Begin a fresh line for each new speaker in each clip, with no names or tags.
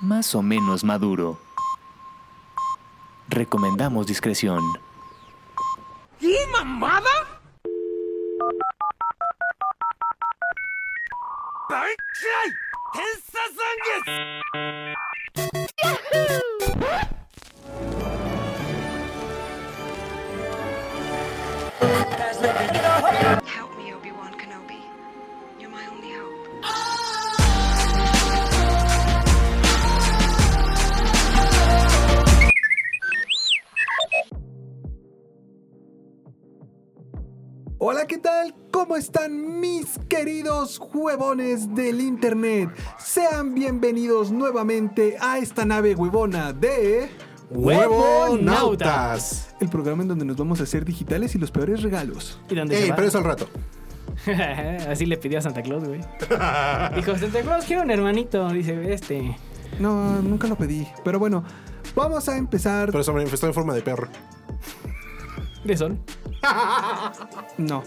más o menos maduro. Recomendamos discreción.
¿Qué mamada?
Help me, Obi-Wan Kenobi. You're my only hope.
Hola, ¿qué tal? ¿Cómo están mis queridos huevones del internet? Sean bienvenidos nuevamente a esta nave huevona de
Huevonautas.
el programa en donde nos vamos a hacer digitales y los peores regalos.
¿Y dónde se
Ey,
va?
pero eso al rato.
Así le pidió a Santa Claus, güey. Dijo, Santa Claus, quiero un hermanito. Dice, este.
No, nunca lo pedí, pero bueno, vamos a empezar.
Pero se manifestó en forma de perro.
De sol.
No.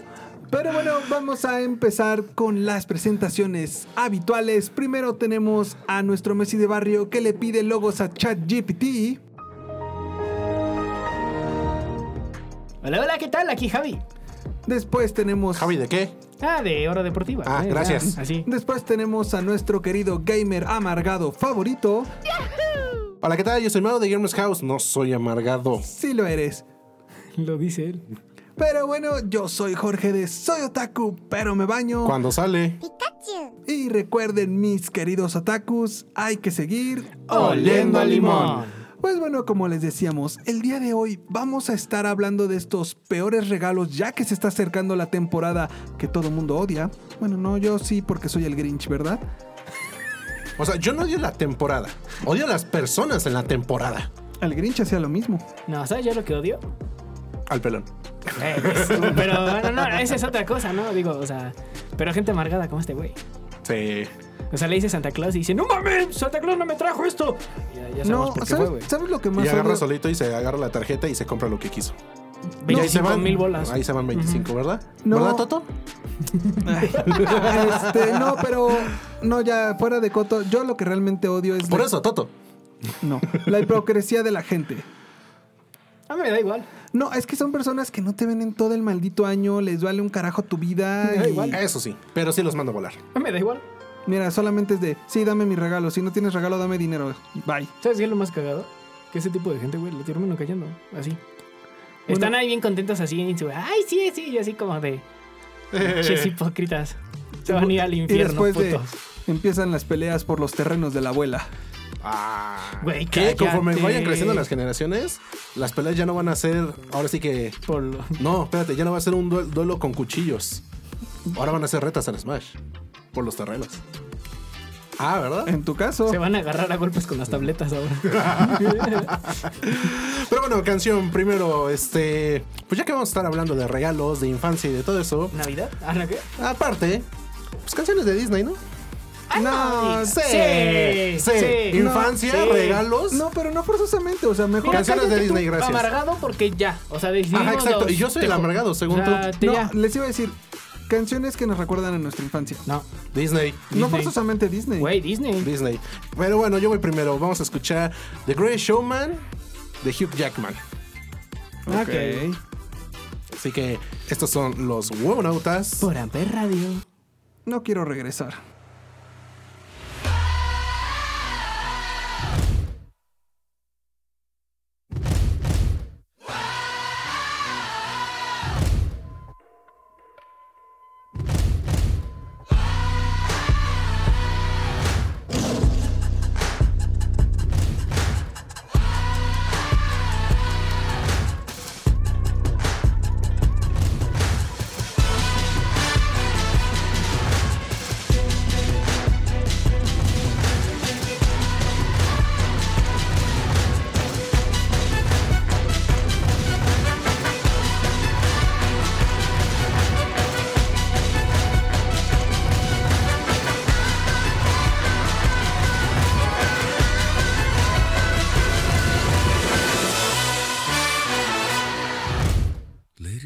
Pero bueno, vamos a empezar con las presentaciones habituales. Primero tenemos a nuestro Messi de barrio que le pide logos a ChatGPT.
Hola, hola, ¿qué tal? Aquí Javi.
Después tenemos
¿Javi de qué?
Ah, de Hora Deportiva.
Ah,
Eh,
gracias.
ah, Así.
Después tenemos a nuestro querido gamer amargado favorito.
Hola, ¿qué tal? Yo soy Mao de Gamers House. No soy amargado.
Si lo eres.
Lo dice él.
Pero bueno, yo soy Jorge de Soy Otaku, pero me baño.
Cuando sale,
Y recuerden, mis queridos otakus, hay que seguir
Oliendo a limón.
Pues bueno, como les decíamos, el día de hoy vamos a estar hablando de estos peores regalos ya que se está acercando la temporada que todo mundo odia. Bueno, no, yo sí porque soy el Grinch, ¿verdad?
o sea, yo no odio la temporada. Odio a las personas en la temporada.
El Grinch hacía lo mismo.
No, ¿sabes yo lo que odio?
Al pelón.
Eh, pues, pero bueno, no, esa es otra cosa, ¿no? Digo, o sea. Pero gente amargada como este güey.
Sí.
O sea, le dice Santa Claus y dice, ¡No mames! ¡Santa Claus no me trajo esto! Ya, ya sabemos
No,
por qué
¿sabes,
fue, güey.
¿sabes lo que más
Y agarra
odio?
solito y se agarra la tarjeta y se compra lo que quiso. Y ahí se
25
van-
mil bolas. Pues
Ahí se van 25, ¿verdad?
No.
¿Verdad, Toto?
Este, no, pero no, ya fuera de coto, yo lo que realmente odio es
Por
la-
eso, Toto.
no, la hipocresía de la gente.
Ah, me da igual.
No, es que son personas que no te ven en todo el maldito año, les vale un carajo tu vida.
Da
y-
igual.
Eso sí. Pero sí los mando a volar.
Ah, me da igual.
Mira, solamente es de, sí, dame mi regalo, si no tienes regalo, dame dinero. Bye.
¿Sabes qué es lo más cagado? Que ese tipo de gente, güey, le terminan cayendo. Así. Están ahí bien contentos así en su. Ay, sí, sí. Y así como de. Ches hipócritas. Se van a ir al
y
infierno,
después de,
putos.
empiezan las peleas por los terrenos de la abuela.
Ah.
Güey,
Que
cállate.
conforme vayan creciendo las generaciones, las peleas ya no van a ser. Ahora sí que
Por lo-
No, espérate, ya no va a ser un duel- duelo con cuchillos. Ahora van a ser retas en Smash. Por los terrenos. Ah, ¿verdad?
En tu caso,
Se van a agarrar a golpes con las tabletas ahora.
Pero bueno, canción primero, este. Pues ya que vamos a estar hablando de regalos, de infancia y de todo eso.
¿Navidad? ¿Ah, no, qué?
Aparte, pues canciones de Disney, ¿no?
Ah,
No,
sí, sí,
sí, sí,
sí,
Infancia,
no, sí.
regalos.
no, pero no forzosamente, o sea, mejor
Mira, Canciones
cállate
de Disney,
tú,
gracias.
Amargado porque ya. O sea, decidimos.
Ajá, exacto,
los-
y yo soy el
te-
amargado, según
o sea,
tú.
te-
No,
ya.
les iba a decir canciones que nos recuerdan a nuestra infancia.
No,
Disney.
No
Disney.
forzosamente Disney.
güey, Disney.
Disney. Pero bueno, yo voy primero. Vamos a escuchar The Great Showman de Hugh Jackman.
Ok.
Así que estos son los huevonautas.
Por Amper Radio.
No quiero regresar.
Thank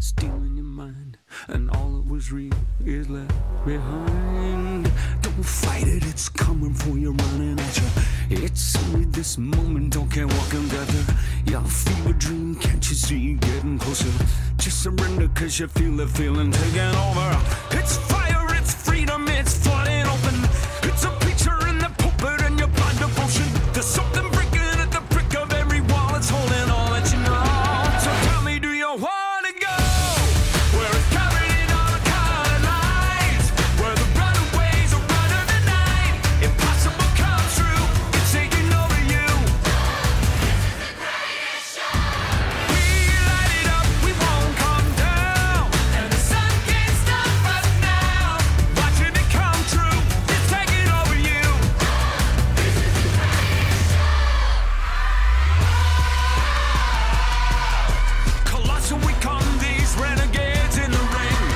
stealing your mind, and all that was real is left behind. Don't fight it, it's coming for you, running at you. It's only this moment, don't care what can gather. Your fever dream, can't you see it getting closer? Just surrender, cause you feel the feeling taking over. It's fire, it's freedom, it's flooding open. It's a picture in the pulpit and your blind devotion. There's something breaking at the brick of every wall. It's holding all that you know. So tell me, do you want to go? Where it's covered in all colored lights. Where the runaways are running the night. Impossible comes true. It's taking over you. We light it up, we won't come down. And the sun can't stop us now. Watching it come true. It's taking over you. Colossal, we come, these renegades in the ring.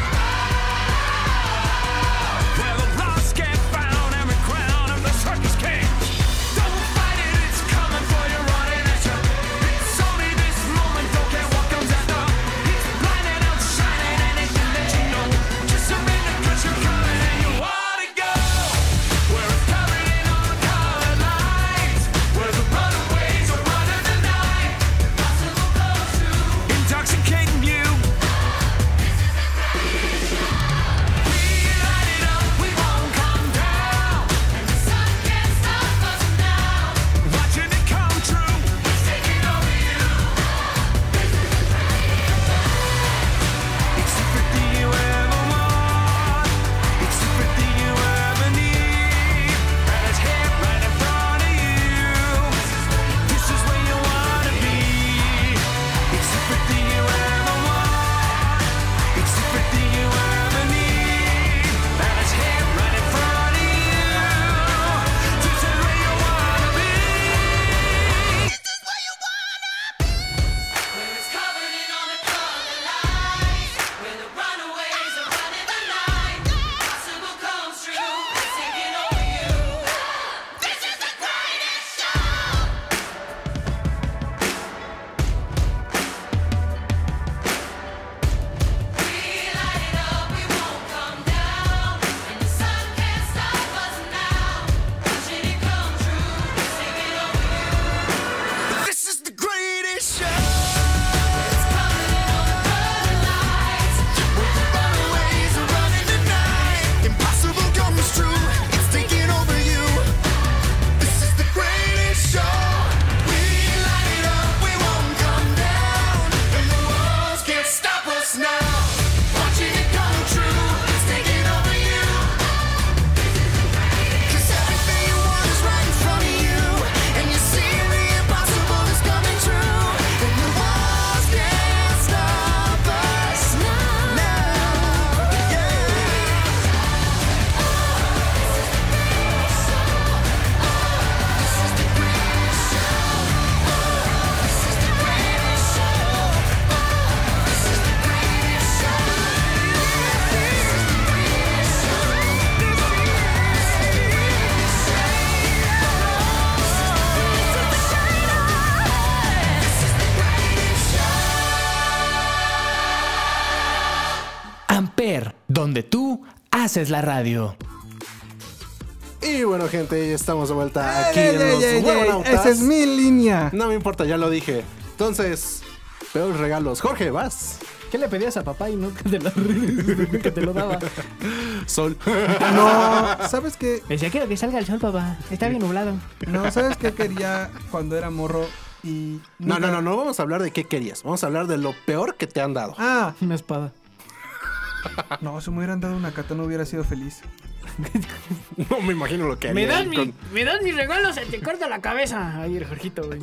Where the lost get found, every crown of the circus king. Don't fight it, it's coming for you, running at you. It's only this moment, don't care what comes after. It's blinding, outshining anything that you know. Just surrender, cause you're coming and you wanna go. Where it's covered in all colored lights. Where the runaways are running the night. Impossible goes to intoxicating you. We light it up, we won't come down. And the sun can't stop us now. Watching it come true, it's taking over you. It's everything you ever want. It's everything you ever need. And it's here right in front of you. This is where you wanna be. It's everything you ever want. It's everything you ever need. And it's here right in front of you. This is where you wanna be. This is where you wanna be. When it's covered in all the colored lights, when the runaways are running the night, possible comes true. It's taking over you. This is the greatest show. This is the greatest show. Where the runaways are running tonight. Impossible comes true. It's taking over you. This is the greatest show. We light it up. We won't come down. And the walls can't stop us now. Watching it come true. It's taking over you. Cause everything you want is right in front of you And you see the impossible is coming true And the walls can't stop us now Yeah
Amper, donde tú haces la radio.
Y bueno, gente, ya estamos de vuelta aquí
Ey,
en
ey,
los
ey, ey,
Huevonautas.
Esa es mi línea.
No me importa, ya lo dije. Entonces, peores regalos. Jorge, vas.
¿Qué le pedías a papá y nunca te lo, nunca te lo daba?
Sol.
No, ¿sabes qué?
Me decía, quiero que salga el sol, papá. Está bien nublado.
No, ¿sabes qué quería cuando era morro? Y
No,
nunca-
no, no, no vamos a hablar de qué querías. Vamos a hablar de lo peor que te han dado.
Ah,
Una espada.
no, si me hubieran dado una katana hubiera sido feliz.
No me imagino lo que haría.
Me dan,
con-
mi, me dan mis regalos, se te corta la cabeza. Ay, el Jorgito, güey.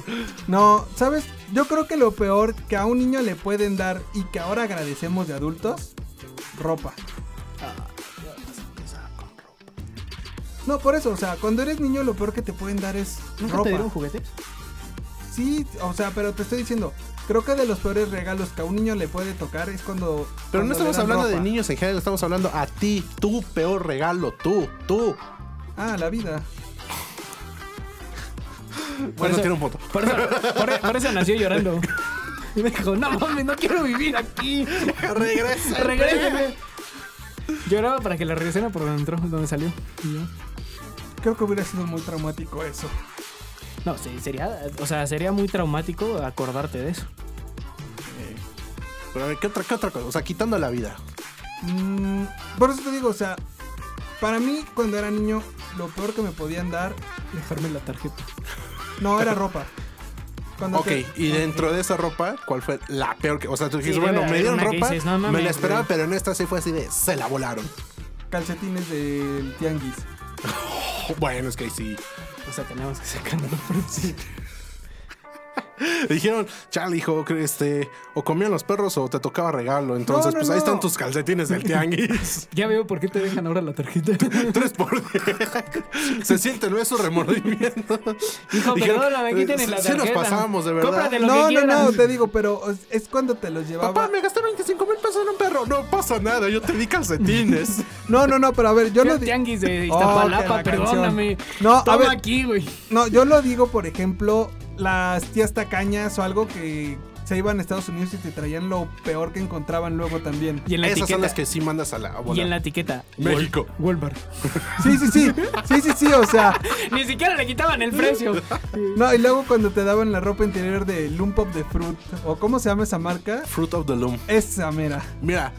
No, ¿sabes? Yo creo que lo peor que a un niño le pueden dar y que ahora agradecemos de adultos, ropa.
Ah,
No, por eso, o sea, cuando eres niño lo peor que te pueden dar es
¿Nunca
ropa.
te dieron juguetes?
sí, o sea, pero te estoy diciendo, creo que de los peores regalos que a un niño le puede tocar es cuando. cuando
Pero no
le
estamos
dan
hablando de
ropa.
niños en general, estamos hablando a ti, tu peor regalo, tú, tú.
Ah, la vida.
Bueno, tiene un punto.
Por eso, por- por eso nació llorando. Y me dijo, no mames, no quiero vivir aquí.
Regresa.
Regrésenme. Lloraba para que la regresara por donde entró, donde salió. Y yo,
Creo que hubiera sido muy traumático eso.
No, sí, sería, o sea, sería muy traumático acordarte de eso.
Pero a ver, ¿qué otra, qué otra cosa? O sea, quitando la vida.
Mm, por eso te digo, o sea, para mí cuando era niño, lo peor que me podían dar
Dejarme la tarjeta.
no era ropa. Cuando
Ok,
te-
y dentro de esa ropa, ¿cuál fue la peor que.? O sea, tú
Sí,
dijiste,
debe
bueno,
haber
me dieron
una que
ropa,
dices, no
me
mames,
la esperaba,
güey.
pero en esta sí fue así de. Se la volaron.
calcetines del tianguis.
Oh, bueno, es que ahí sí.
O sea, tenemos que sacarlo por
Dijeron, chale, hijo, que este. O comían los perros o te tocaba regalo. Entonces,
no,
pues ahí
no.
están tus calcetines del tianguis.
Ya veo por qué te dejan ahora la tarjeta.
Tres por diez. Se siente el beso remordimiento.
Hijo,
Dijeron,
perdóname, aquí tienes
"Sí-
la
sí
tarjeta.
nos pasamos, de verdad.
Cómprate lo
No,
que
no, no,
quieras.
te digo, pero es- es cuando te los llevaba.
Papá, me gasté 25 mil pesos en un perro. No pasa nada, yo te di calcetines.
No, no, no, pero a ver, yo
Fui
lo
al
di-
tianguis
Oh,
de
que
Iztapalapa,
la
perdóname.
canción. No, a
Toma
ver.
aquí, güey.
No, yo lo digo, por ejemplo, las tías tacañas o algo que se iban a Estados Unidos y te traían lo peor que encontraban luego también.
Y en la
Esas son
etiqueta.
las que sí mandas a la a volar.
Y en la etiqueta.
México.
Walmart.
Sí, sí, sí, sí, sí, sí, o sea,
Ni siquiera le quitaban el precio.
no, y luego cuando te daban la ropa interior de Lumpop de Fruit, o cómo se llama esa marca,
Fruit of the Loom.
esa mera.
Mira,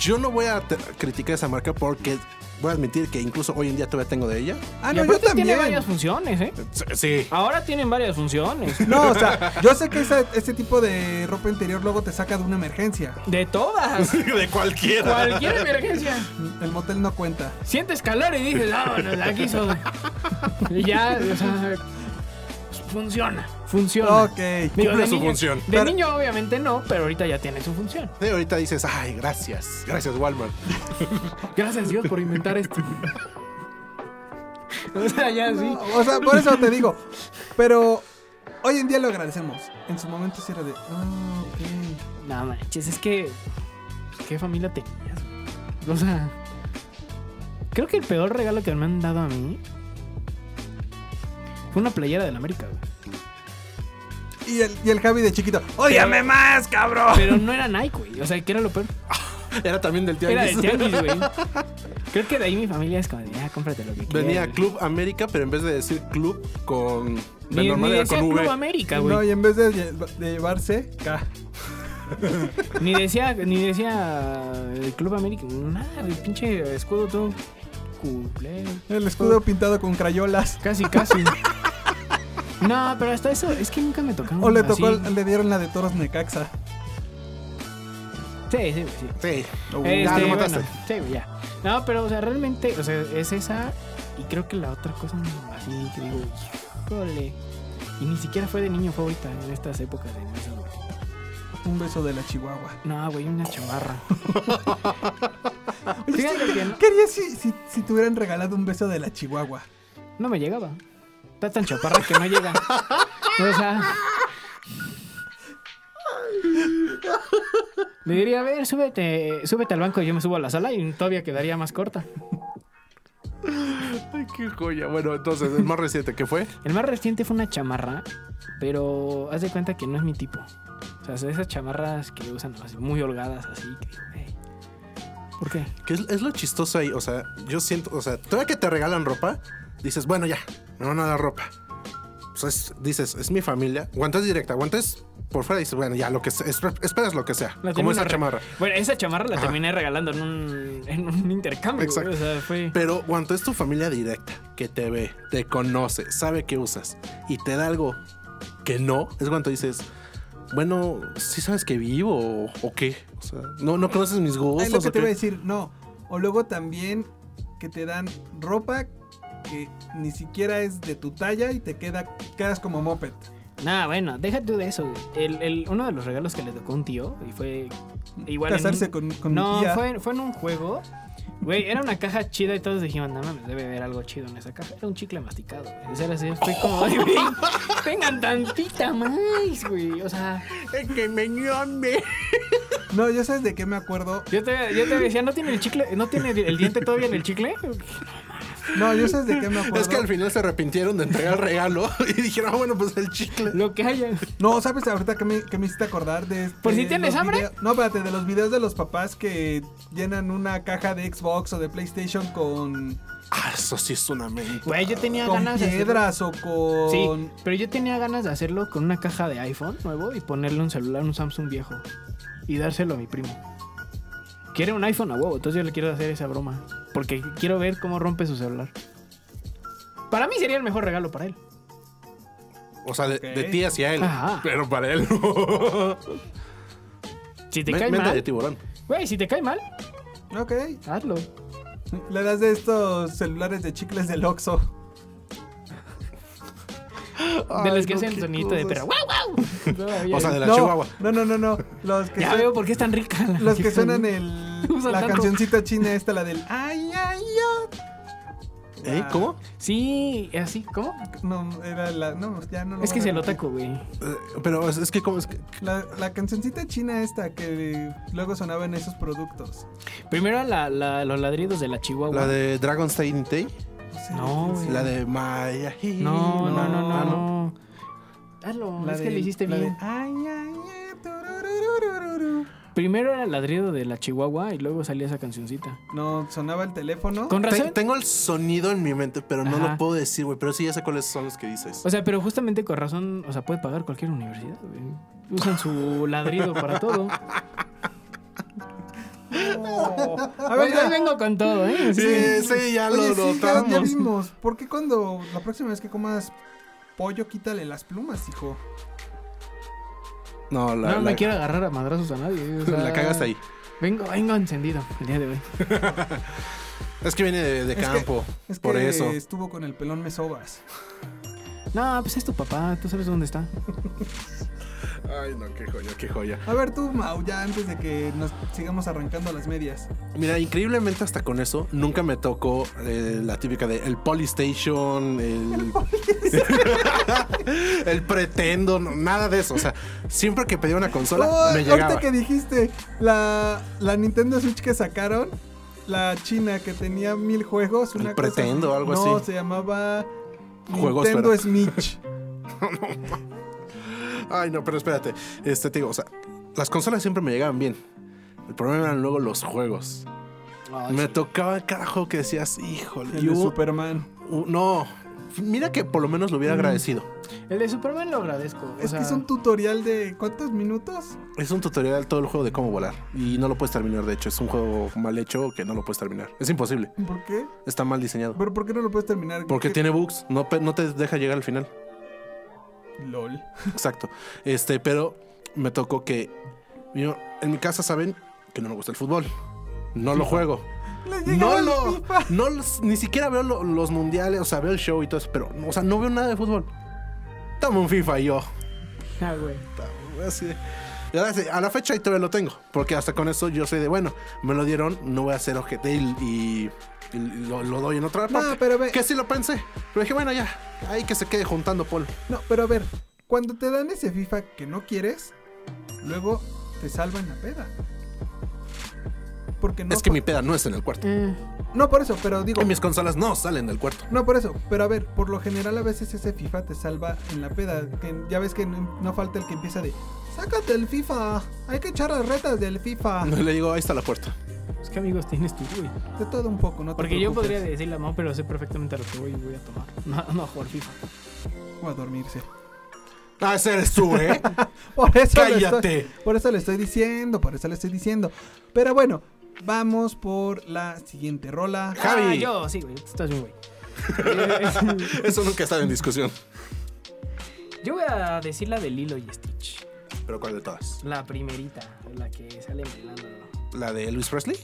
yo no voy a te- criticar esa marca porque voy a admitir que incluso hoy en día todavía tengo de ella.
Ah,
Y
no, yo
aparte Tiene
también.
varias funciones, ¿eh?
Sí.
Ahora tienen varias funciones.
No, o sea, yo sé que esa, este tipo de ropa interior luego te saca de una emergencia.
De todas.
De cualquiera.
Cualquier emergencia.
El motel no cuenta.
Sientes calor y dices, vámonos, aquí soy. Y ya, o sea, funciona. Funciona.
Ok.
Digo,
Cumple
de
su
niño-
función.
De
Pero-
niño, obviamente no, pero ahorita ya tiene su función.
Sí, ahorita dices, ay, gracias. Gracias, Walmart.
Gracias Dios por inventar esto. o sea, ya sí.
O sea, por eso te digo. Pero hoy en día lo agradecemos. En su momento sí era de. Ah, ok.
No manches, es que. pues, ¿Qué familia tenías? O sea. Creo que el peor regalo que me han dado a mí. Fue una playera del América, güey.
Y el, y el Javi de chiquito. ¡Óyame más, cabrón!
Pero no era Nike, güey. O sea, que era lo peor.
Era también del
Era
tianguis.
del Tianguis, güey. Creo que de ahí mi familia es como, de, ah, cómprate lo que quieras.
Venía
güey".
Club América, pero en vez de decir club con. De
Ni,
normal
ni
era
decía
con
Club
V.
América,
No,
güey.
y en vez de, lle- de llevarse. K.
Ni decía, ni decía el Club América. Nada, el pinche escudo todo. Culero.
El escudo pintado con crayolas.
Casi, casi. no, pero hasta eso, es que nunca me tocaron.
O le
así.
tocó, le dieron la de toros Necaxa.
Sí, sí, sí.
Sí.
Este,
Uh, ya
bueno,
lo mataste.
sí, güey, ya. No, pero, o sea, realmente, o sea, es esa. Y creo que la otra cosa, no, así que digo, híjole. Y ni siquiera fue de niño, fue ahorita, en estas épocas de mesa, güey.
Un beso de la Chihuahua.
No, güey, una chamarra.
Oye,
Fíjate que no,
¿Qué harías si, si, si te hubieran regalado un beso de la Chihuahua?
no me llegaba. Está tan chaparra que no llega. O sea. Le diría, a ver, súbete, súbete al banco y yo me subo a la sala y todavía quedaría más corta.
Ay, qué joya. Bueno, entonces, el más reciente, ¿qué fue?
El más reciente fue una chamarra, pero haz de cuenta que no es mi tipo. O sea, son esas chamarras que usan así, muy holgadas, así. Que, digo, "Ey, ¿Por qué?
Que es, es lo chistoso ahí. O sea, yo siento, o sea, todavía que te regalan ropa, dices, bueno, ya, me van a dar ropa. O sea, es- dices, es mi familia. Guantes directa, guantes por fuera, dices, bueno, ya, lo que sea, esper- esperas lo que sea.
La
como
termino
esa
re-
chamarra.
Bueno, esa chamarra la terminé regalando en un, en un intercambio. güey.
Exacto.
O sea, fue.
Pero cuando es tu familia directa, que te ve, te conoce, sabe qué usas y te da algo que no, es cuando dices, bueno, sí sabes que vivo o, o qué. O sea, no, no conoces mis gustos.
Es lo que
o
te
qué.
iba a decir, no. O luego también que te dan ropa que ni siquiera es de tu talla y te queda, quedas como moped.
Nada, bueno, deja tú de eso. güey. El, el- uno de los regalos que le tocó a un tío y fue. Igual en
Casarse
un-
con, con mi
no,
tía.
fue, fue en un juego Güey, era una caja chida y todos dijeron, no mames, debe haber algo chido en esa caja. Era un chicle masticado, güey. O sea, era así, fue como, "Ay, güey, tengan tantita más, güey. O sea,
Es que me ñame.
No, yo sabes de qué me acuerdo.
yo te, yo te decía, ¿no tiene el chicle? ¿No tiene el, el diente todavía en el chicle?
No, yo sabes de qué me acuerdo.
Es que al final se arrepintieron de entregar el regalo y dijeron, ah, bueno, pues el chicle.
Lo que haya.
No, ¿sabes ahorita que me, que me hiciste acordar de este,
Por si tienes
los
hambre.
video- No, espérate, de los videos de los papás que llenan una caja de Xbox o de PlayStation con,
Ah, eso sí es una mente.
Güey, yo tenía
con
ganas de hacerlo.
piedras o
Sí,
con...
pero yo tenía ganas de hacerlo con una caja de iPhone nuevo y ponerle un celular, un Samsung viejo. Y dárselo a mi primo. Quiere un iPhone a huevo, entonces yo le quiero hacer esa broma. Porque quiero ver cómo rompe su celular. Para mí sería el mejor regalo para él.
O sea, de,
Ok.
de ti hacia él.
Ajá.
Pero para él no.
Si te
Me-
cae
Mente de
mal,
tiburón.
güey, si te cae mal,
Ok.
hazlo.
Le das de estos celulares de chicles del Oxxo.
de los
Ay,
que
no,
hacen
qué
sonidito de perra.
cosas.
¡Guau, guau! Todavía.
O sea, de la
no,
Chihuahua.
No, no, no, no. Los que,
ya
suen-
veo por qué es tan rica. la
los que
chica,
suenan
¿no?
el,
Usan
la
tanto.
cancioncita china esta, la del... Ay, ay, ay.
¿Eh?
Ah.
¿Cómo?
Sí, así, ¿cómo?
No, era la... No, ya no lo
Es que
voy
se
a
lo
repetir.
taco, güey.
Eh, Pero es, es que, ¿cómo es que?
La, la cancioncita china esta que luego sonaba en esos productos.
Primero la, la- los ladridos de la Chihuahua.
La de Dragon Stain Day.
No, güey.
La de Maya.
No, no, no, no,
Ah,
No.
no. Hazlo, es que lo hiciste
la
bien.
de, ay, ay, ay, turururururu.
Primero era el ladrido de la Chihuahua y luego salía esa cancioncita.
No, sonaba el teléfono.
Con razón.
Te- tengo el sonido en mi mente, pero no
Ajá.
lo puedo decir, güey. Pero sí ya sé cuáles son los que dices.
O sea, pero justamente con razón, o sea, puede pagar cualquier universidad. güey. Usan su ladrido para todo.
A
A
ver,
ver,
ya.
vengo con todo, ¿eh? Sí.
Sí, sí, ya
Oye,
lo
sí, ya, ya
notamos.
vimos. ¿Por qué cuando la próxima vez que comas pollo, quítale las plumas, hijo?
No, la,
no
la-
me quiero agarrar a madrazos a nadie. o sea,
la cagas ahí.
Vengo, vengo encendido el día de hoy.
Es que viene de, de
que-
campo.
Es que
por eso.
estuvo con el pelón me sobas.
No, pues es tu papá, tú sabes dónde está.
Ay, no, qué joya, qué joya.
A ver tú, Mau, ya antes de que nos sigamos arrancando las medias.
Mira, increíblemente hasta con eso nunca me tocó eh, la típica de el Polystation, el, el pretendo, no, nada de eso. O sea, siempre que pedía una consola
Oh,
me
ahorita
llegaba.
que dijiste, la, la Nintendo Switch que sacaron, la china que tenía mil juegos, una cosa
Pretendo o algo
No,
así.
se llamaba
Juegos,
Nintendo
pero-
Switch.
Ay, no, pero espérate. Este te digo, o sea, las consolas siempre me llegaban bien. El problema eran luego los juegos. me tocaba cada juego que decías, híjole.
El
Y
de
hubo-
Superman.
u- no, mira que por lo menos lo hubiera agradecido.
El de Superman lo agradezco. o
Es
sea,
que es un tutorial de ¿cuántos minutos?
Es un tutorial todo el juego de cómo volar. Y no lo puedes terminar, de hecho. Es un juego mal hecho que no lo puedes terminar. Es imposible.
¿Por qué?
Está mal diseñado.
¿Pero por qué no lo puedes terminar?
Porque
¿Qué-
tiene bugs. No, pe- no te deja llegar al final.
LOL.
Exacto. Este, pero me tocó que. yo- en mi casa saben que no me gusta el fútbol. No lo juego.
Le
No
llegaron
lo.
FIFA.
No los- ni siquiera veo lo- los mundiales. O sea, veo el show y todo eso. Pero, o sea, no veo nada de fútbol. Dame un FIFA y yo.
ah, güey.
Así de- y ahora sí, A la fecha ahí todavía lo tengo. Porque hasta con eso yo soy de, bueno, me lo dieron, no voy a hacer ojete y, y- y lo, lo doy en otra
No,
parte.
pero ve-
Que sí lo pensé. Pero dije, bueno, ya, ahí que se quede juntando polvo.
No, pero a ver, cuando te dan ese FIFA que no quieres, luego te salvan la peda. Porque no
es que
pa-
mi peda no es en el cuarto.
Eh,
No por eso, pero digo
Y mis consolas no salen del cuarto.
No, por eso. Pero a ver, por lo general a veces ese FIFA te salva en la peda. Que ya ves que no, no falta el que empieza de... Sácate el FIFA. Hay que echar las retas del FIFA.
Le digo, ahí está la puerta.
pues, ¿Qué amigos tienes tú, güey?
De todo un poco, ¿no? te
Porque yo
preocupes.
podría decirle a Mau, pero sé perfectamente a lo que voy y voy a tomar. No, no a jugar FIFA.
O a dormirse.
Ah, ese eres tú, ¿eh?
Por eso le
Cállate.
estoy- por eso le estoy diciendo, por eso le estoy diciendo. Pero bueno, vamos por la siguiente rola.
Javi.
Ah, yo, sí, güey. tú Estás bien, güey. Eh,
eso nunca está en discusión.
yo voy a decir la de Lilo y Stitch.
Pero ¿cuál de todas?
La primerita, la que sale bailando.
¿La de Elvis Presley?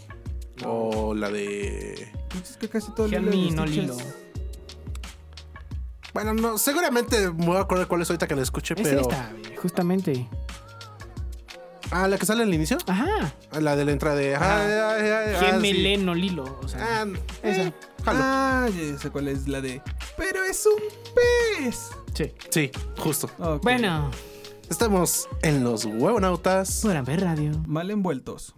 ¿O la de.?
Pues es que casi todo el hilo
Help
de
me, no
Stitch
Lilo.
es-
Bueno, no, seguramente me voy a acordar cuál es ahorita que la escuche,
Es
pero.
esta, güey, justamente.
Ah, la que sale al inicio.
Ajá.
Ah, La de la entrada de.
Ajá.
Ay, ay, ay, ah, sí.
Gemele no lilo. O sea,
Ah,
esa.
jalo.
Ah, ya sé cuál es la de. Pero es un pez.
Sí.
Sí, justo.
Ok.
Bueno,
Estamos en los huevonautas.
fuera ver radio.
Mal envueltos.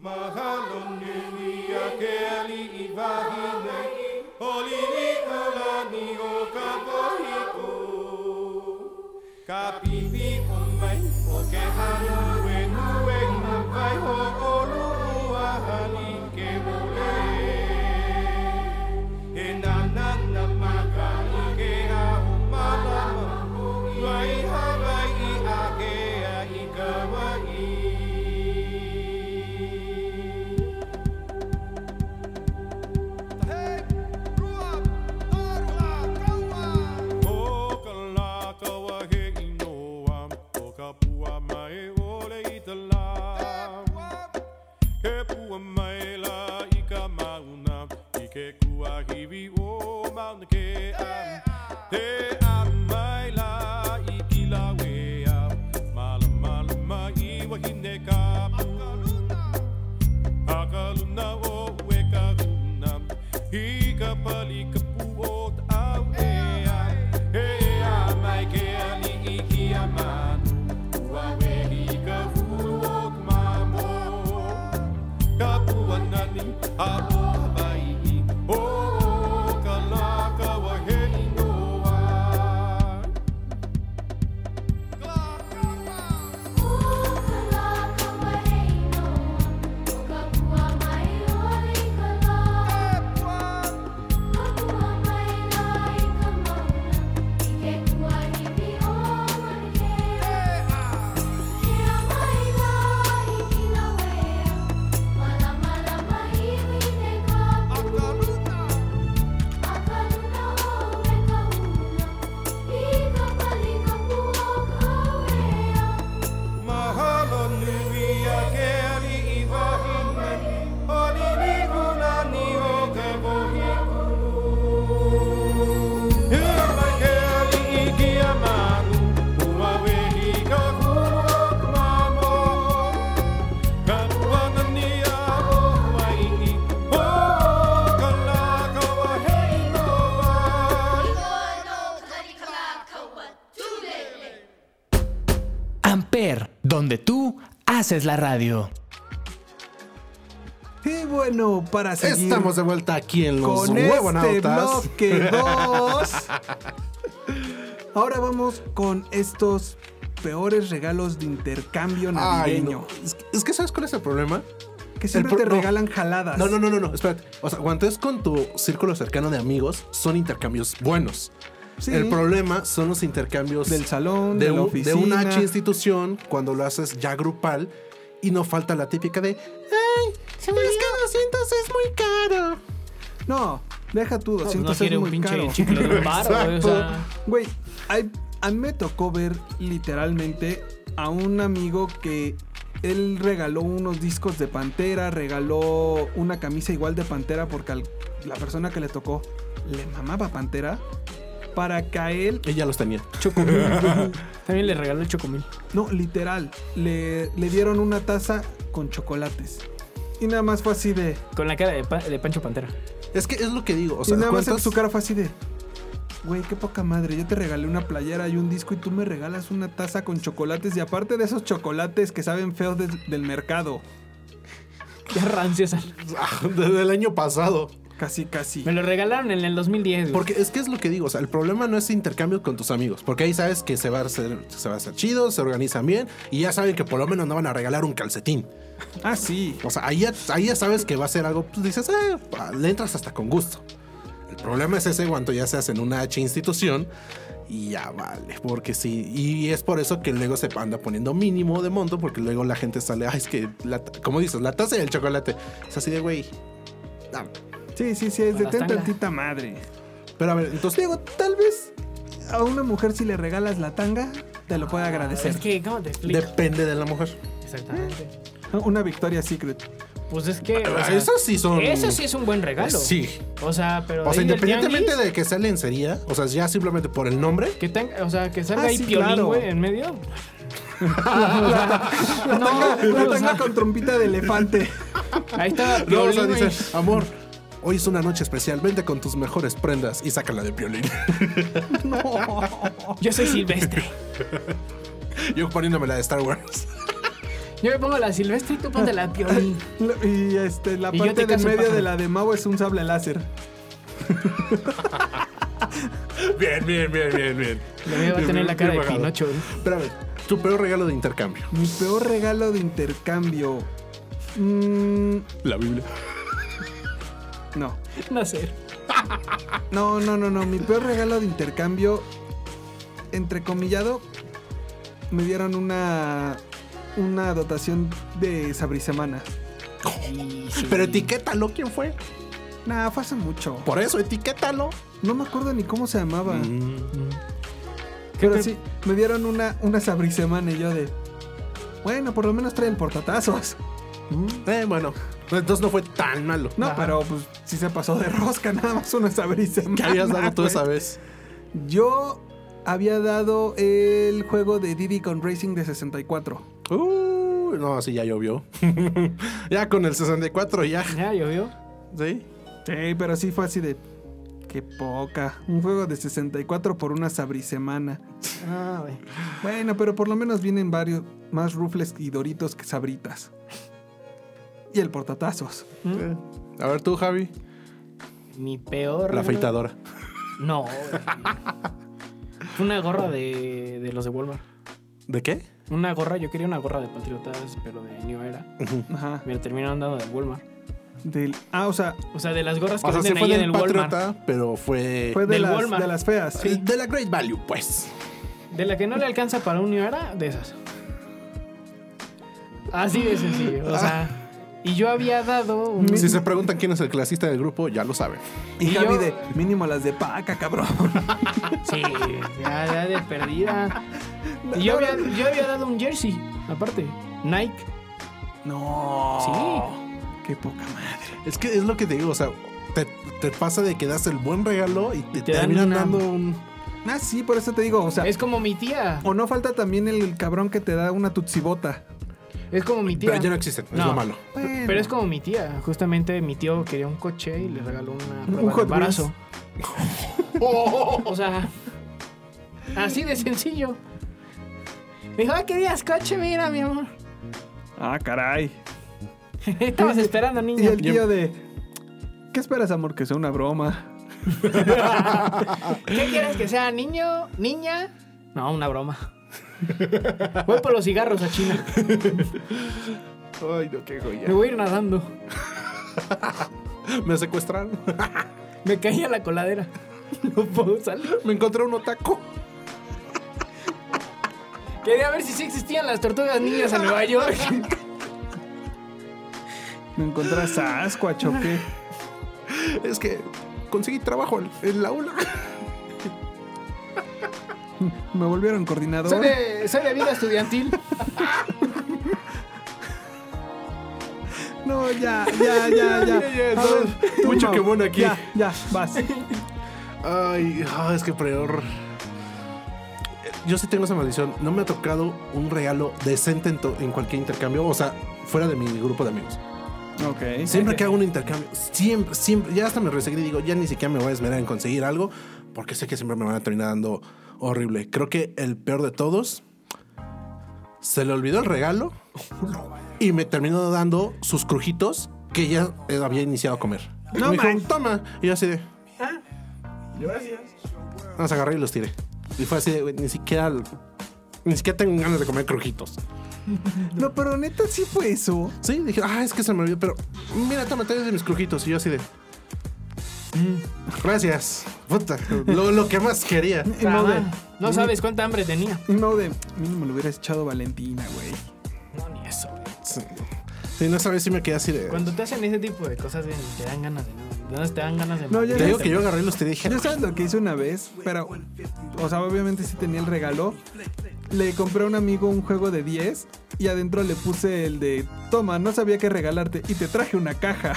Akaluna o wekaguna Ika pali kapu o ta'au e ai E a mai ke ani iki a manu Ua wehi ka huru o mamo Kapu anani a o Hawaii O ka laka wa hei noa ah.
Yeah.
Mahalo nui a ke ali i wahi nei O ni ni kuna ni o ke bohi kulu Ia mai ke ali i ki a manu Ua wehi ka kuru o kumamo Ka puana ni a o Hawaii O ka la ka wa hei noa
Amper, donde tú haces la radio.
Y bueno, para seguir
Estamos de vuelta aquí en los
con este
huevonautas.
bloque 2. Ahora vamos con estos peores regalos de intercambio
Ay,
navideño.
no. es, que- es que ¿sabes cuál es el problema?
Que siempre
El pro-
te
no.
regalan jaladas.
No, no, no, no, no, espérate. O sea, cuando es con tu círculo cercano de amigos, son intercambios buenos.
Sí.
El problema son los intercambios
Del salón,
de,
de, la
un- de
oficina.
una H institución cuando lo haces ya grupal y no falta la típica de ¡Ay! es que 200 es muy caro.
No, deja tú, 200
No
es
quiere un
muy
pinche
caro.
chicle de un bar, güey, o sea.
Güey, hay- a mí me tocó ver literalmente a un amigo que él regaló unos discos de Pantera, regaló una camisa igual de Pantera porque al- la persona que le tocó le mamaba Pantera para que a él,
Ella los tenía.
También le regaló el chocomil.
no, literal, le, le dieron una taza con chocolates. Y nada más fue así de...
Con la cara de, pa- de Pancho Pantera.
Es que es lo que digo. O sea,
y nada más en
¿cuántas-
su cara fue así de... Güey, qué poca madre. Yo te regalé una playera y un disco y tú me regalas una taza con chocolates. Y aparte de esos chocolates que saben feos de- del mercado.
Ya rancia esa.
desde el ah, año pasado?
Casi, casi.
Me lo regalaron en el 2010. güey.
Porque es que es lo que digo, o sea, el problema no es intercambio con tus amigos, porque ahí sabes que se va a hacer, se va a hacer chido, se organizan bien y ya saben que por lo menos no van a regalar un calcetín.
Ah, sí.
O sea, ahí ya, ahí ya sabes que va a ser algo, pues dices, "Eh, pa", le entras hasta con gusto. El problema es ese cuando ya se hace en una H institución y ya vale, porque sí, y es por eso que luego se anda poniendo mínimo de monto, porque luego la gente sale, ay, es que, la ta- como dices, la taza y el chocolate. Es así de, güey. ah, no".
Sí, sí, sí. Es de
Para
ten
tanga.
tantita madre.
Pero a ver, entonces
Digo, tal vez a una mujer si le regalas la tanga, te lo puede agradecer.
Es que, ¿cómo te explico?
depende de la mujer.
Exactamente.
Una victoria secret.
Pues es que. o
Ah,
sea,
esos sí son- pues
Eso sí es un buen regalo.
Sí.
O sea, pero.
O sea,
ahí del
independientemente
tianguis,
de que sea lencería, o sea, ya simplemente por el nombre,
Que, tan- o sea, que salga
Ah,
ahí
sí,
piolín,
claro.
güey, en medio.
La tanga, la tanga con trompita de elefante.
Ahí está.
No, o sea,
Piolín, güey.
dice, amor, hoy es una noche especial, vente con tus mejores prendas y sácala de violín.
Yo soy silvestre.
Yo poniéndome la de Star Wars.
Yo me pongo la silvestre y tú ponte la piolín.
La- Y este, la
Y yo
parte
te
de en
caso,
medio
pájaro.
de la de Mau es un sable láser.
Bien, bien, bien, bien, bien.
La mía va a
Bien,
tener la
bien,
cara de
bien pagado.
Pinocho. güey.
Espérame, tu peor regalo de intercambio.
Mi peor regalo de intercambio. Mm,
La Biblia.
no.
Nacer.
No, no, no, no. Mi peor regalo de intercambio, entrecomillado, me dieron una, una dotación de sabrisemana.
Pero etiquétalo, ¿quién fue?
Nah, fue hace mucho.
Por eso, etiquétalo.
No me acuerdo ni cómo se llamaba.
Mm.
Creo
Pero
que-
sí, me dieron una, una sabrisemana y yo de. Bueno, por lo menos trae el portatazos.
Eh, bueno. Entonces no fue tan malo.
No,
Ajá.
pero pues sí se pasó de rosca, nada más una sabrisemana.
¿Qué habías dado tú
güey.
esa vez?
Yo había dado el juego de Diddy con Racing de 64.
Uh, no, así ya llovió. ya con el 64, ya.
Ya llovió.
¿Sí?
Sí, pero sí fue así de. Qué poca. Un juego de 64 por una sabrisemana.
Ah, güey.
Bueno, pero por lo menos vienen varios más rufles y doritos que sabritas. Y el portatazos.
A ver tú, Javi.
Mi peor.
La
regalo-
afeitadora.
No. güey. Fue una gorra de, de los de Walmart.
¿De qué?
Una gorra, yo quería una gorra de Patriotas, pero de New Era.
Ajá.
Me la terminaron dando de Walmart.
Del, ah, o sea,
O sea, de las gorras que
O sea, sí
venden
fue
ahí en
del
el Walmart.
patriota, pero fue,
fue de,
del
las,
Walmart.
de las feas.
eh, de la Great Value, pues.
De la que no le alcanza para un New Era, de esas. Así de sencillo. O sea. Y yo había dado un.
Si se preguntan quién es el clasista del grupo, ya lo saben.
Y
Y
Javi
yo-
de mínimo las de paca, cabrón.
Sí, ya, ya de perdida. Y yo había, yo había dado un jersey, aparte. Nike.
No.
Oh.
Sí.
Qué poca madre.
Es que es lo que te digo, o sea, te, te pasa de que das el buen regalo y te,
te dan
terminan
una-
dando un.
Ah, sí, por eso te digo, o sea.
Es como mi tía.
O no falta también el cabrón que te da una tutsibota.
Es como mi tía.
Pero ya no existen, es
No.
lo malo.
Bueno.
Pero es como mi tía. Justamente mi tío quería un coche y le regaló una
Un
prueba de
Hot Oh.
embarazo. o sea, así de sencillo. Me dijo, "Ah, querías coche, mira, mi amor.
Ah, caray.
Estabas esperando,
Y
niña.
el tío de. ¿Qué esperas, amor? Que sea una broma.
¿Qué quieres que sea, niño, niña? No, una broma. Voy por los cigarros a China.
Ay, no, qué joya.
Me voy a ir nadando.
Me secuestraron,
Me caí a la coladera. No puedo salir.
me encontré un otaco.
Quería ver si sí existían las tortugas niñas en Nueva York.
¿Me encontrás a Asquatch o qué?
Es que conseguí trabajo en- en la ULA.
Me volvieron coordinador.
Soy de, soy de vida estudiantil.
No, ya, ya, ya, ya.
Ya, ya,
A
no.
tú,
Mucho
Mau.
que bueno aquí.
Ya, ya, vas.
Ay, ah, es que peor. Yo sí tengo esa maldición. No me ha tocado un regalo decente en, to- en cualquier intercambio. O sea, fuera de mi grupo de amigos.
Ok.
Siempre que hago un intercambio, siempre, siempre, ya hasta me reseguí y digo, ya ni siquiera me voy a esmerar en conseguir algo, porque sé que siempre me van a terminar dando horrible. Creo que el peor de todos, se le olvidó el regalo y me terminó dando sus crujitos que ya eh, había iniciado a comer.
No
me dijo,
man.
toma. Y yo así de, gracias. Los agarré y los tiré. Y fue así de, "Güey, ni siquiera, ni siquiera tengo ganas de comer crujitos.
No, pero neta sí fue eso.
Sí, dije, ah, es que se me olvidó, pero mira, toma, tres de mis crujitos. Y yo así de. "Mm, Gracias. Puta. Lo, lo que más quería.
Y Mau de.
No sabes cuánta hambre tenía.
y Mau de. Mínimo le hubieras echado Valentina, güey.
No, ni eso.
Sí, Sí, no sabes si me quedé así de.
Cuando te hacen ese tipo de cosas, güey, te dan ganas de nada. De verdad, Te dan ganas de
No, yo
Te
morir.
digo que yo agarré los te dije.
Yo sabes lo que hice una vez, pero, o sea, obviamente sí tenía el regalo. Le compré a un amigo un juego de 10 y adentro le puse el de, toma, no sabía qué regalarte y te traje una caja.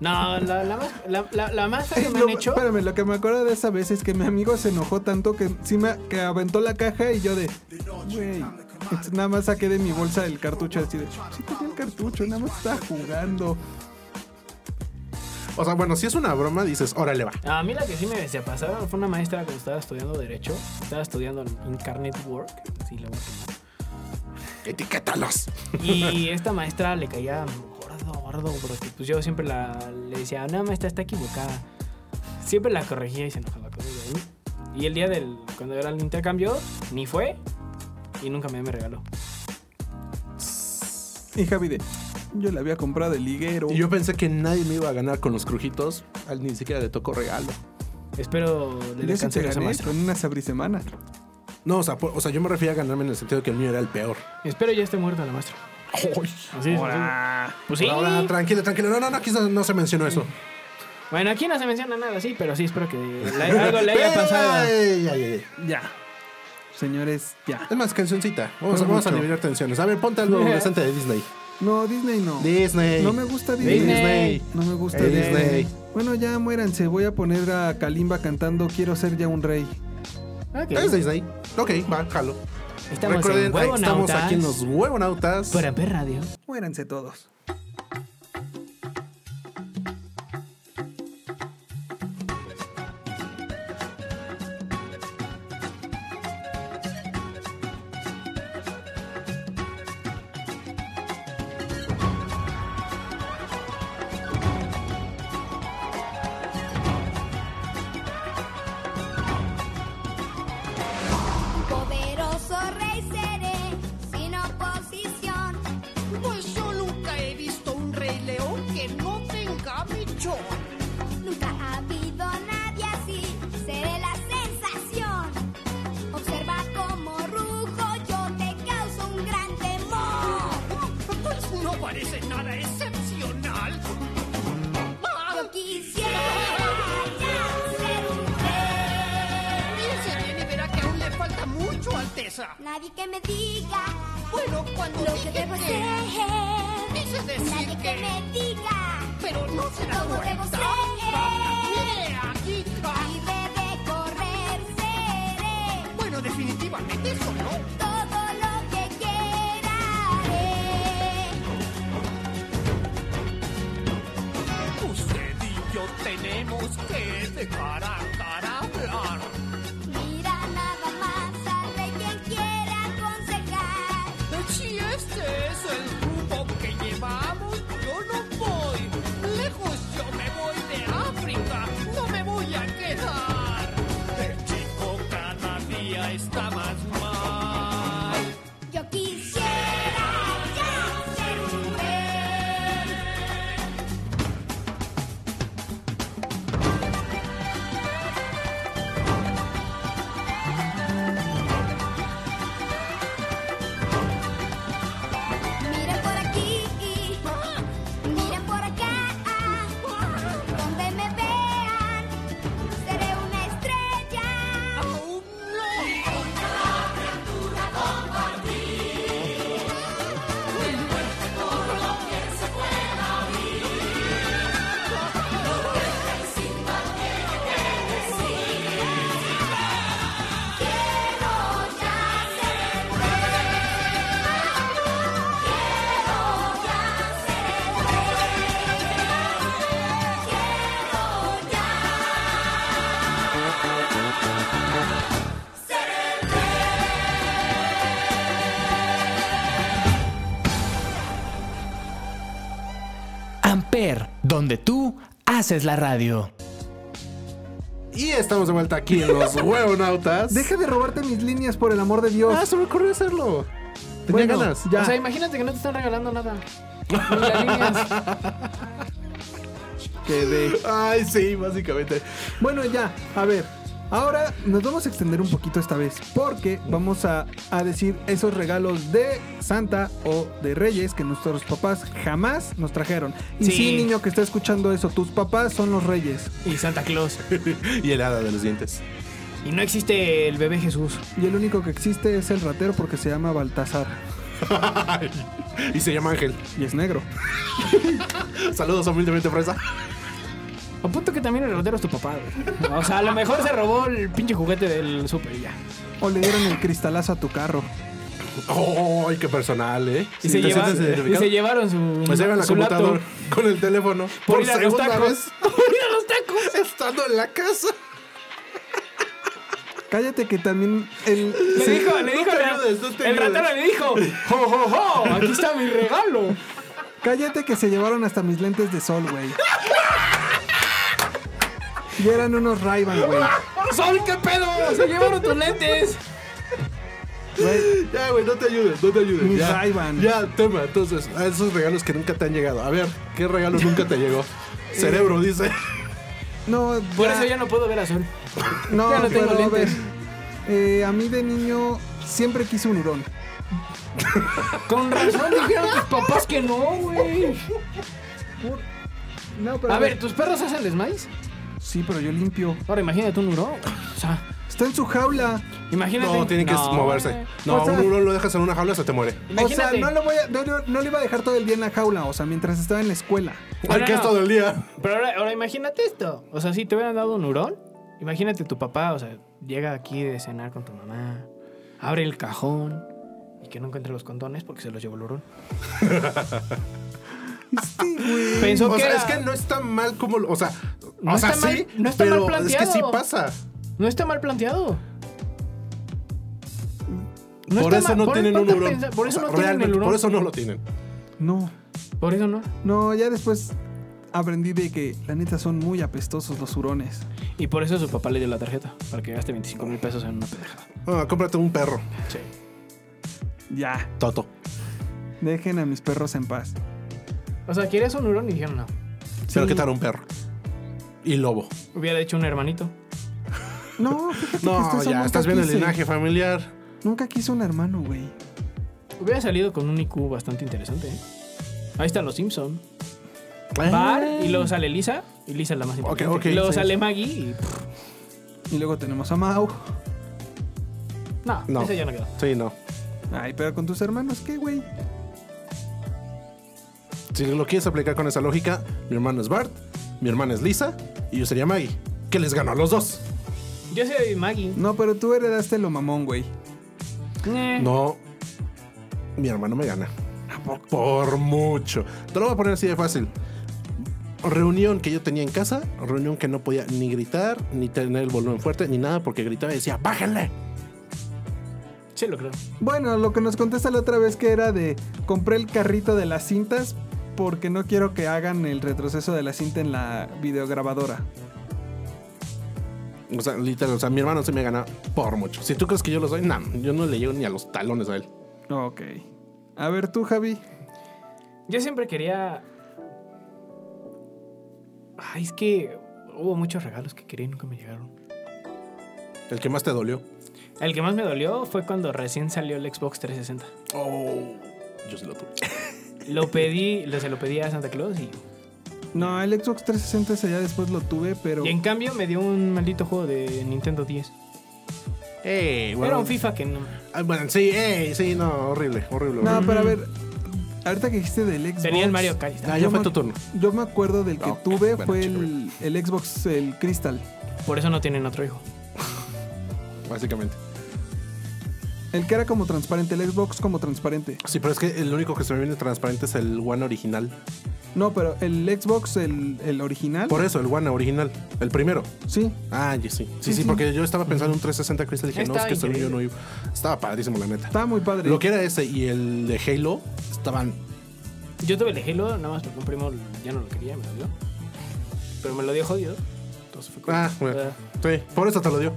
No, la, la más, la, la- la más fea que me
Lo-
han hecho.
Espérame, lo que me acuerdo de esa vez es que mi amigo se enojó tanto que sí me que aventó la caja y yo de. Güey. entonces Nada más saqué de mi bolsa el cartucho así de. Sí tenía el cartucho, nada más estaba jugando.
O sea, bueno, si es una broma, dices, órale va.
A mí la que sí me pasaba fue una maestra cuando estaba estudiando Derecho. Estaba estudiando en Incarnate Work. Sí, la última.
Etiquétalos.
Y esta maestra le caía gordo, gordo, porque pues yo siempre la, le decía, no, maestra, está equivocada. Siempre la corregía y se enojaba conmigo. ¿eh? Y el día del, cuando era el intercambio, ni fue y nunca me, me regaló.
Y Javi de. Yo la había comprado el liguero.
Y yo pensé que nadie me iba a ganar con los crujitos. Al ni siquiera le tocó regalo.
Espero
yo
le
sí
descansé
te
a esa
gané
maestra.
con una sabrisemana.
No, o sea, por- o sea, yo me refería a ganarme en el sentido de que el mío era el peor.
Espero ya esté muerta la maestra. Así es. Pues sí.
Ahora, tranquilo, tranquilo. No, no, no, aquí no, no se mencionó eso.
Bueno, aquí no se menciona nada, sí, pero sí, espero que la- algo le haya
Pero,
pasado.
ay, ay, ay.
Ya. Señores, ya.
Es más, cancioncita. Vamos, a-
Fue
vamos a
mucho.
liberar tensiones. A ver, ponte algo
Yeah.
decente de Disney.
No, Disney no.
Disney.
No me gusta
Pues,
Disney.
eh,
Disney.
No me gusta
Hey,
Disney.
Disney.
Bueno, ya muéranse. Voy a poner a Kalimba cantando Quiero ser ya un rey.
Ok.
Es Disney. Ok, va, jalo.
Estamos
pues, eh, Recuerden,
en
estamos
Huevonautas
aquí en los huevonautas.
por Amper Radio.
Muéranse todos.
Poderoso rey seré, sin oposición.
Pues yo nunca he visto un rey león que no tenga mechón.
Nunca ha habido nadie así, seré la sensación. Observa cómo rujo, yo te causo un gran temor.
Pues no parece nada excepcional. Ah,
Yo quisiera ya ser un rey.
Piense bien y verá que aún le falta mucho, Alteza.
Nadie que me diga
Bueno, cuando
lo que
dije
debo ser.
quise decir
Nadie que
que...
me diga
Pero no se la
cómo debo
cuenta.
ser.
Mire, aquí, ah,
Libre de correr seré.
Bueno, definitivamente eso no.
Todo lo que quiera haré.
Usted y yo tenemos que dejar a cara hablar.
Mira nada más al rey quien quiera aconsejar.
Si este es el rumbo que llevamos, yo no voy. Lejos yo me voy de África, no me voy a quedar. El chico cada día está más mal.
Yo quisiera ya ser un rey. Mira por aquí, mira por acá, ah. donde me vean, seré una estrella.
Aún no.
Amper, donde tú haces la radio.
Y estamos de vuelta aquí en los huevonautas.
Deja de robarte mis líneas, por el amor de Dios.
Ah, se me ocurrió hacerlo. Tenía
Bueno,
ganas.
Ya.
O sea, imagínate que no te están regalando nada. Ni las líneas.
Quedé.
Ay, sí, básicamente.
Bueno, ya, a ver. Ahora nos vamos a extender un poquito esta vez porque vamos a, a decir esos regalos de Santa o de Reyes que nuestros papás jamás nos trajeron. Y
Sí.
sí, niño que está escuchando eso, tus papás son los Reyes.
Y Santa Claus.
Y el hada de los dientes.
Y no existe el bebé Jesús.
Y el único que existe es el ratero porque se llama Baltasar
y se llama Ángel.
y es negro.
Saludos humildemente, Fresa.
A punto que también el rotero es tu papá, güey. O sea, a lo mejor se robó el pinche juguete del super y ya.
O le dieron el cristalazo a tu carro.
¡Ay, qué personal, eh!
Y, se,
¿Te
lleva-
sientes
y
identificado? Pues
se llevaron su.
Me llevan la
su laptop
computadora con el teléfono
Por,
por,
ir a los
segunda
tacos.
vez
Por ir a los tacos.
estando en la casa.
Cállate que también el.
Le
sí,
dijo, le
no
dijo.
te
la-
ayudes, no te
el
ayudes.
ratero le dijo: ¡Jo, jo, jo! Aquí está mi regalo.
Cállate que se llevaron hasta mis lentes de sol, güey. Y eran unos ray güey.
¡Sol, qué pedo! ¡Se llevaron tus lentes!
Güey,
Ya, güey, no te ayudes, no te ayudes.
Mis
ya,
Ray-Ban.
ya, tema. Entonces, a esos regalos que nunca te han llegado. A ver, ¿qué regalo nunca te llegó? Cerebro, dice.
No,
Por
ya-
eso ya no puedo ver a Sol.
No,
Ya no tengo
pero, a ver.
lentes.
eh, a mí de niño siempre quise un hurón.
Con razón dijeron tus papás que no, güey.
No, pero
A ver, ¿tus perros hacen desmaíz?
Sí, pero yo limpio.
Ahora imagínate un hurón. O sea,
Está en su jaula.
imagínate.
No, tiene que moverse. No,
Pues
O sea-
un hurón lo dejas en una jaula, se te muere.
O sea, no lo, voy a, no, no- no lo iba a dejar todo el día en la jaula, o sea, mientras estaba en la escuela.
Hay
no,
que
no.
es todo el día.
Pero ahora, ahora imagínate esto. O sea, si te hubieran dado un hurón, imagínate tu papá, o sea, llega aquí de cenar con tu mamá, abre el cajón y que no encuentre los condones porque se los llevó el hurón.
Sí, güey.
Pensó
O
que,
sea,
era-
es que no está mal como. lo- O sea,
No
o sea
está mal-
sí,
no está mal
pero es
planteado.
que sí pasa.
no está mal planteado. No
por
está
eso
mal-
no
por-
tienen un
ponte a
hurón.
pensar, Por eso
O sea,
no tienen el
realmente,
hurón.
Por eso no lo tienen.
No,
Por eso no.
no, ya después aprendí de que la neta son muy apestosos los hurones.
Y por eso su papá le dio la tarjeta, para que gaste 25 mil pesos en una pendejada.
Ah, cómprate un perro.
Sí.
Ya,
Toto.
dejen a mis perros en paz.
O sea, querías un hurón y dijeron no.
Pero
Sí.
qué tal un perro. Y lobo.
Hubiera hecho un hermanito.
No, fíjate que hasta
No,
eso
ya,
nunca
estás viendo el
quise.
linaje familiar.
Nunca quise un hermano, güey.
Hubiera salido con un IQ bastante interesante, ¿eh? Ahí están los Simpson. Bar y luego sale Lisa. Y Lisa es la más importante.
Ah. ok,
y luego
sí.
sale Maggie y. pff,
Y luego tenemos a Mau.
no,
No.
esa ya no quedó.
Sí, no.
Ay, pero con tus hermanos, ¿qué, güey?
Si lo quieres aplicar con esa lógica, mi hermano es Bart, mi hermana es Lisa y yo sería Maggie. Que les ganó a los dos.
Yo soy Maggie.
No, pero tú heredaste lo mamón, güey.
Eh,
No, mi hermano me gana. Por mucho. Te lo voy a poner así de fácil. Reunión que yo tenía en casa, reunión que no podía ni gritar, ni tener el volumen fuerte, ni nada, porque gritaba y decía, ¡bájenle!
Sí, lo creo.
Bueno, lo que nos contesta la otra vez que era de compré el carrito de las cintas porque no quiero que hagan el retroceso de la cinta en la videograbadora.
O sea, literal, o sea, mi hermano se me gana por mucho. Si tú crees que yo lo soy, nah, yo no le llego ni a los talones a él.
Ok. A ver tú, Javi.
Yo siempre quería. Ay, es que hubo muchos regalos que quería y nunca me llegaron.
El que más te dolió.
El que más me dolió fue cuando recién salió el Xbox 360.
Oh, yo se lo tuve.
Lo pedí, lo- se lo pedí a Santa Claus y.
No, el Xbox 360 ese ya después lo tuve, pero...
Y en cambio me dio un maldito juego de Nintendo 10.
Ey,
Era
bueno.
un FIFA que no.
Ah, bueno, sí, ey, sí, no, horrible, horrible.
No,
horrible.
pero a ver, ahorita que dijiste del Xbox...
Tenía el Mario Kart. y estaba-
Ah, Mm. ya
yo
fue
me-
tu turno.
Yo me acuerdo del que
Ok,
tuve
bueno,
fue
chico,
el, el Xbox, el Crystal.
Por eso no tienen otro hijo.
Básicamente.
El que era como transparente, el Xbox como transparente.
Sí, pero es que el único que se me viene transparente es el One original.
No, pero el Xbox, el, el original.
Por eso, el One original. El primero.
Sí.
Ah, ya sí. Sí,
Sí,
sí,
sí.
porque yo estaba pensando en un 360 Crystal y dije, no, es
Estaba
que según yo no
increíble.
iba. Estaba padrísimo, la neta.
Estaba muy padre.
Lo que era ese y el de Halo estaban.
Yo tuve el de Halo, nada más porque un primo ya no lo quería, me lo dio. Pero me lo dio jodido. Entonces fue como-
Ah, bueno. Sí, por eso te lo dio.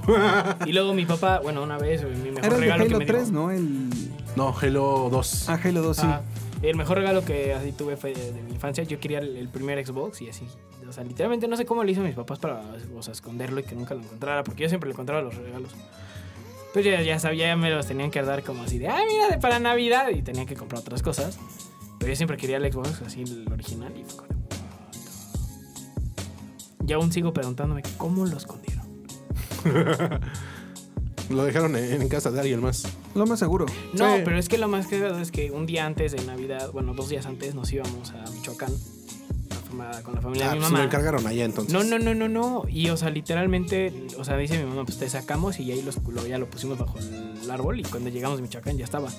Y luego mi papá, bueno, una vez, mi mejor
Era el de
regalo que
Halo
me
3,
dio.
¿no? El.
no, Halo 2.
Ah, Halo 2, sí.
Ah, el mejor regalo que así tuve fue de, de mi infancia. Yo quería el, el primer Xbox y así. O sea, literalmente no sé cómo le hizo mis papás para o sea, esconderlo y que nunca lo encontrara, porque yo siempre le encontraba los regalos. Pues ya, ya sabía, ya me los tenían que dar como así de, ah, mira, de para Navidad. Y tenía que comprar otras cosas. Pero yo siempre quería el Xbox, así el original. Y fue como, Y aún sigo preguntándome cómo lo escondieron.
Lo dejaron en, en casa de alguien más.
Lo más seguro.
No,
Sí.
pero es que lo más cagado es que un día antes de Navidad, bueno, dos días antes nos íbamos a Michoacán a conformada con la familia
Ah,
de mi
pues
mamá.
lo encargaron allá entonces.
No, no, no, no, no. Y, o sea, literalmente, o sea, dice mi mamá, pues te sacamos y ahí los, lo- ya lo pusimos bajo el árbol y cuando llegamos a Michoacán ya estaba.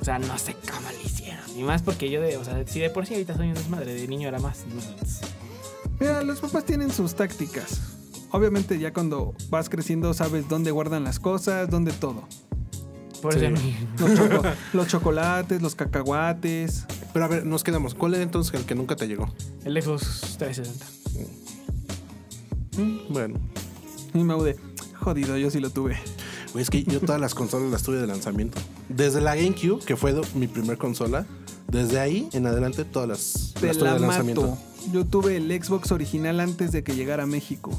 O sea, no sé cómo le hicieron. Y más porque yo, de, o sea, si de por sí ahorita soy un desmadre, de niño era más.
Mira, los papás tienen sus tácticas. Obviamente ya cuando vas creciendo sabes dónde guardan las cosas, dónde todo.
Por
Sí.
eso
Los, choco- los chocolates, los cacahuates.
Pero a ver, nos quedamos. ¿Cuál era entonces el que nunca te llegó?
el Xbox 360.
Bueno.
Y me de, jodido, yo sí lo tuve.
Güey, es que yo todas las consolas las tuve de lanzamiento. Desde la GameCube, que fue do- mi primer consola, desde ahí en adelante todas las,
Te
las tuve
la
de lanzamiento.
mato. Yo tuve el Xbox original antes de que llegara a México.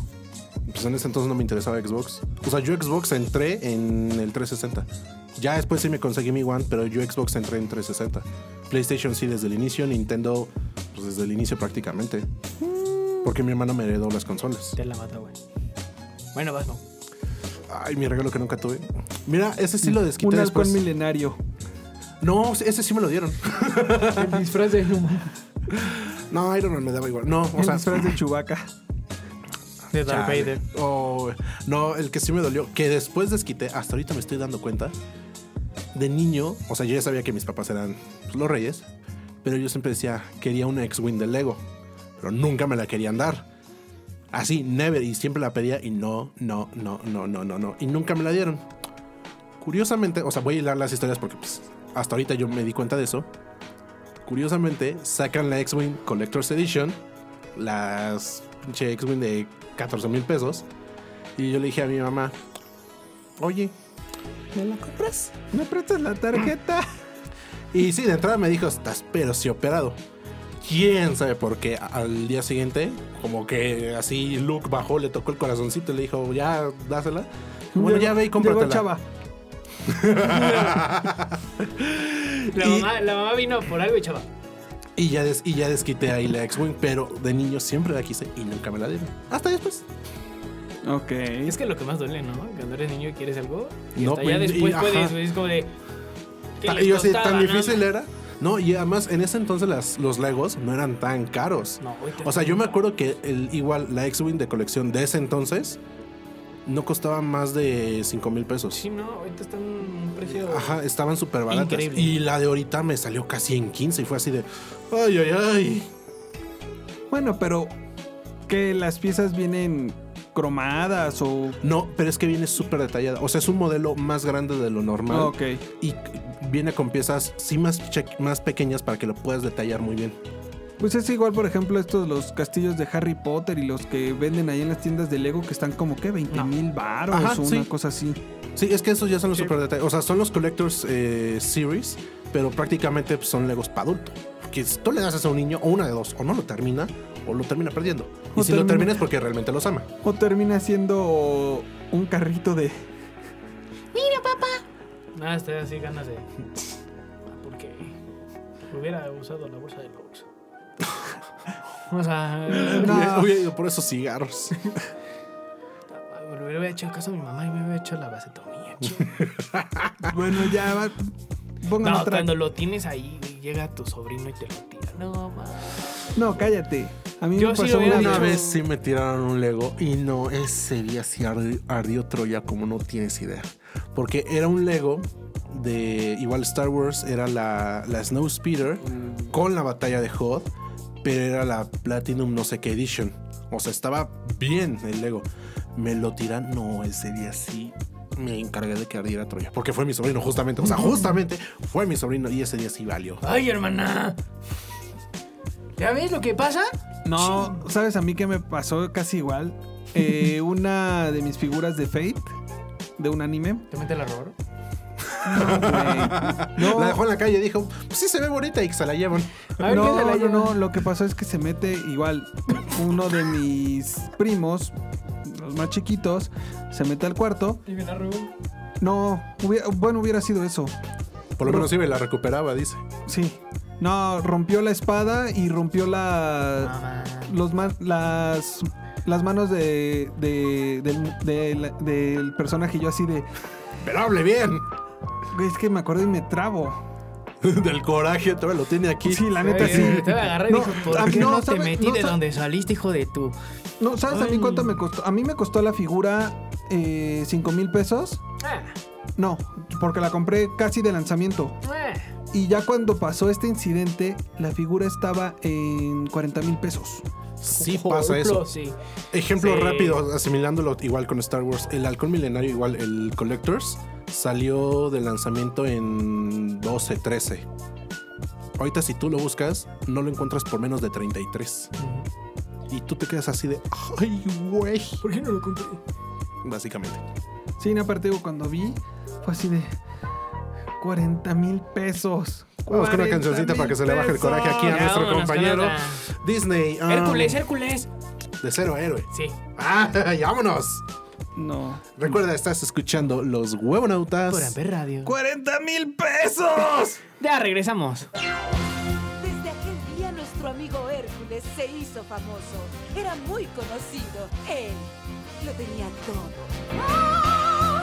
Pues en ese entonces no me interesaba Xbox. O sea, yo Xbox entré en el 360. Ya después sí me conseguí mi One, pero yo Xbox entré en 360. PlayStation sí desde el inicio, Nintendo pues desde el inicio prácticamente. Porque mi hermano me heredó las consolas.
Te la mata, güey. Bueno, vas, no.
Ay, mi regalo que nunca tuve. Mira, ese sí lo desquité
Un halcón
después.
milenario.
No, ese sí me lo dieron. Ah,
El disfraz de
No, Iron Man me daba igual. No, o
el
sea,
disfraz de Chewbacca.
De Darth
Ah, Chale.
Vader.
Oh, no, el que sí me dolió, que después desquité, hasta ahorita me estoy dando cuenta, de niño, o sea, yo ya sabía que mis papás eran pues, los reyes, pero yo siempre decía, quería una X-Wing de Lego, pero nunca me la querían dar. Así, never, y siempre la pedía y no, no, no, no, no, no, no, y nunca me la dieron. Curiosamente, o sea, voy a hilar las historias porque pues, hasta ahorita yo me di cuenta de eso. Curiosamente, sacan la X-Wing Collector's Edition, las pinche X-Wing de 14 mil pesos. Y yo le dije a mi mamá, oye, ¿me la compras?
¿Me prestas la tarjeta?
Y sí, de entrada me dijo, estás pero sí operado. ¿Quién sabe por qué? Al día siguiente, como que así Luke bajó, le tocó el corazoncito y le dijo, ya, dásela. Bueno, ya ve y
Llegó
cómpratela.
Chava.
La, mamá, la mamá vino por algo, chaval.
Y ya, des- y ya desquité ahí la X-Wing, pero de niño siempre la quise y nunca me la dieron. Hasta después.
Ok.
Es que lo que más duele, ¿no? Cuando eres niño y quieres algo. Y
No,
hasta ya
pues, y-
después
ajá.
puedes, güey, es como de. ¿qué
Ta-
les
Y yo así,
costaba,
tan
no?
difícil era. No, y además en ese entonces las- los Legos no eran tan caros.
No, hoy te-
O sea, yo me acuerdo que el, igual la X-Wing de colección de ese entonces no costaba más de 5 mil pesos.
Sí, no, ahorita están un precio.
Ajá, estaban súper baratas.
Increíble.
Y la de ahorita me salió casi en 15 y fue así de... ¡Ay, ay, ay!
Bueno, pero que las piezas vienen cromadas o...
No, pero es que viene súper detallada. O sea, es un modelo más grande de lo normal.
Ok.
Y c- viene con piezas, sí, más, che- más pequeñas para que lo puedas detallar muy bien.
Pues es igual, por ejemplo, estos los castillos de Harry Potter y los que venden ahí en las tiendas de Lego que están como que 20 mil baros
Ajá,
o una
sí.
cosa así.
Sí, es que esos ya son los super detalles. O sea, son los Collectors eh, Series, pero prácticamente pues, son Legos para adulto. Que si tú le das eso a un niño, o una de dos, o no lo termina, o lo termina perdiendo. Y
O
si lo
termina-
termina es porque realmente los ama.
O termina siendo un carrito de...
Nada, estoy así ganas de. Porque hubiera usado la bolsa de Lux. o sea,
No.
Hubiera- Hubiera ido por esos cigarros.
le hubiera hecho caso a mi mamá y me hubiera hecho la vasectomía. chido.
Bueno, ya va. Pongan
No,
otra.
cuando lo tienes ahí y llega tu sobrino y te lo tira. No, ma.
No, cállate. A mí
Yo
me
sí
pasó
lo hubiera
una
Una
dicho.
vez sí me tiraron un Lego y no, ese día sí ardi- ardió Troya como no tienes idea. Porque era un Lego de igual Star Wars, era la, la Snow Speeder con la batalla de Hoth, pero era la Platinum no sé qué edition. O sea, estaba bien el Lego. Me lo tiran, no, ese día sí me encargué de que ardiera Troya. Porque fue mi sobrino, justamente. O sea, justamente fue mi sobrino y ese día sí valió.
Ay, hermana. ¿Ya ves lo que pasa?
No, ¿sabes a mí que me pasó casi igual? Eh, una de mis figuras de Fate, de un anime.
¿Te mete la robaron?
No, güey. No,
La dejó en la calle, dijo, pues sí se ve bonita y se la llevan.
A ver, ¿quién se la
no, no,
lleva?
no, lo que pasó es que se mete igual uno de mis primos, los más chiquitos, se mete al cuarto.
Y viene a robar.
No, hubiera- bueno, hubiera sido eso.
Por lo menos sí me la recuperaba, dice.
Sí. No, rompió la espada y rompió la,
Mamá.
los ma- las, las manos de, de- del, del- del personaje. Y Yo así de...
Pero hable bien.
"Güey, Es que me acuerdo y me trabo.
Del coraje, todavía lo tiene aquí.
Sí, la neta
Ay,
sí.
Te voy a agarrar y
No,
dijo, ¿por
a-
qué
no,
no te
¿sabe?
metí
No,
de
sa-
donde saliste, hijo de tu?
No, ¿sabes a mí
Ay.
cuánto me costó? A mí me costó la figura eh, 5 mil pesos.
Ah,
No, porque la compré casi de lanzamiento. Y ya cuando pasó este incidente, la figura estaba en 40 mil pesos.
Sí pasa eso.
Sí.
Ejemplo
Sí.
rápido, asimilándolo igual con Star Wars. El Halcón Milenario, igual el Collectors, salió de lanzamiento en 12, 13. Ahorita si tú lo buscas, no lo encuentras por menos de 33. Y tú te quedas así de, ay, güey.
¿Por qué no lo compré?
Básicamente.
Sí, no, aparte digo, cuando vi, fue así de 40 mil pesos.
Vamos con
40,000
una cancioncita para que se le baje el coraje aquí a
Ya,
nuestro
Ah, vámonos con
compañero
otra.
Disney. ah,
Hércules, Hércules.
De cero a héroe.
Sí.
Ah, vámonos.
No.
Recuerda, estás escuchando Los
Por
Huevonautas.
Amper Radio.
¡40 mil pesos!
Ya regresamos.
Desde aquel día nuestro amigo Hércules se hizo famoso. Era muy conocido. Él lo tenía todo. ¡Oh,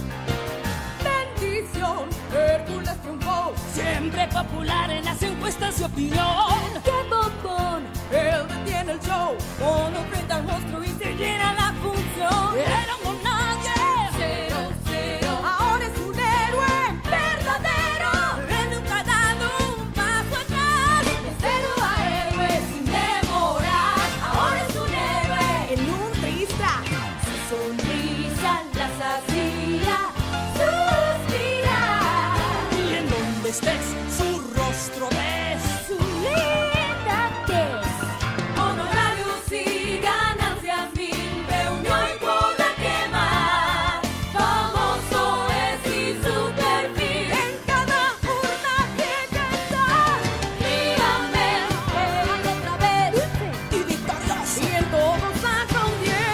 yeah! ¡Bendición! Hércules triunfó. Siempre popular en las encuestas de opinión. ¡Qué bombón! Él detiene el show. Uno frente al monstruo y se llena la función. Era un nadie. Cero, cero. Ahora es e un héroe verdadero. Él nunca ha dado un paso atrás. De cero a héroe sin demorar. Ahora es un héroe en un registra. Su sonrisa las hacía suspirar. Y en donde estés, su rostro ves. Su linda tez. Honorarios y ganancias mil reunió y pudo quemar. Famoso es y su perfil. En cada urna llega a estar. Dígame, dígame otra vez. Y victorioso. Y en todo saca un 10.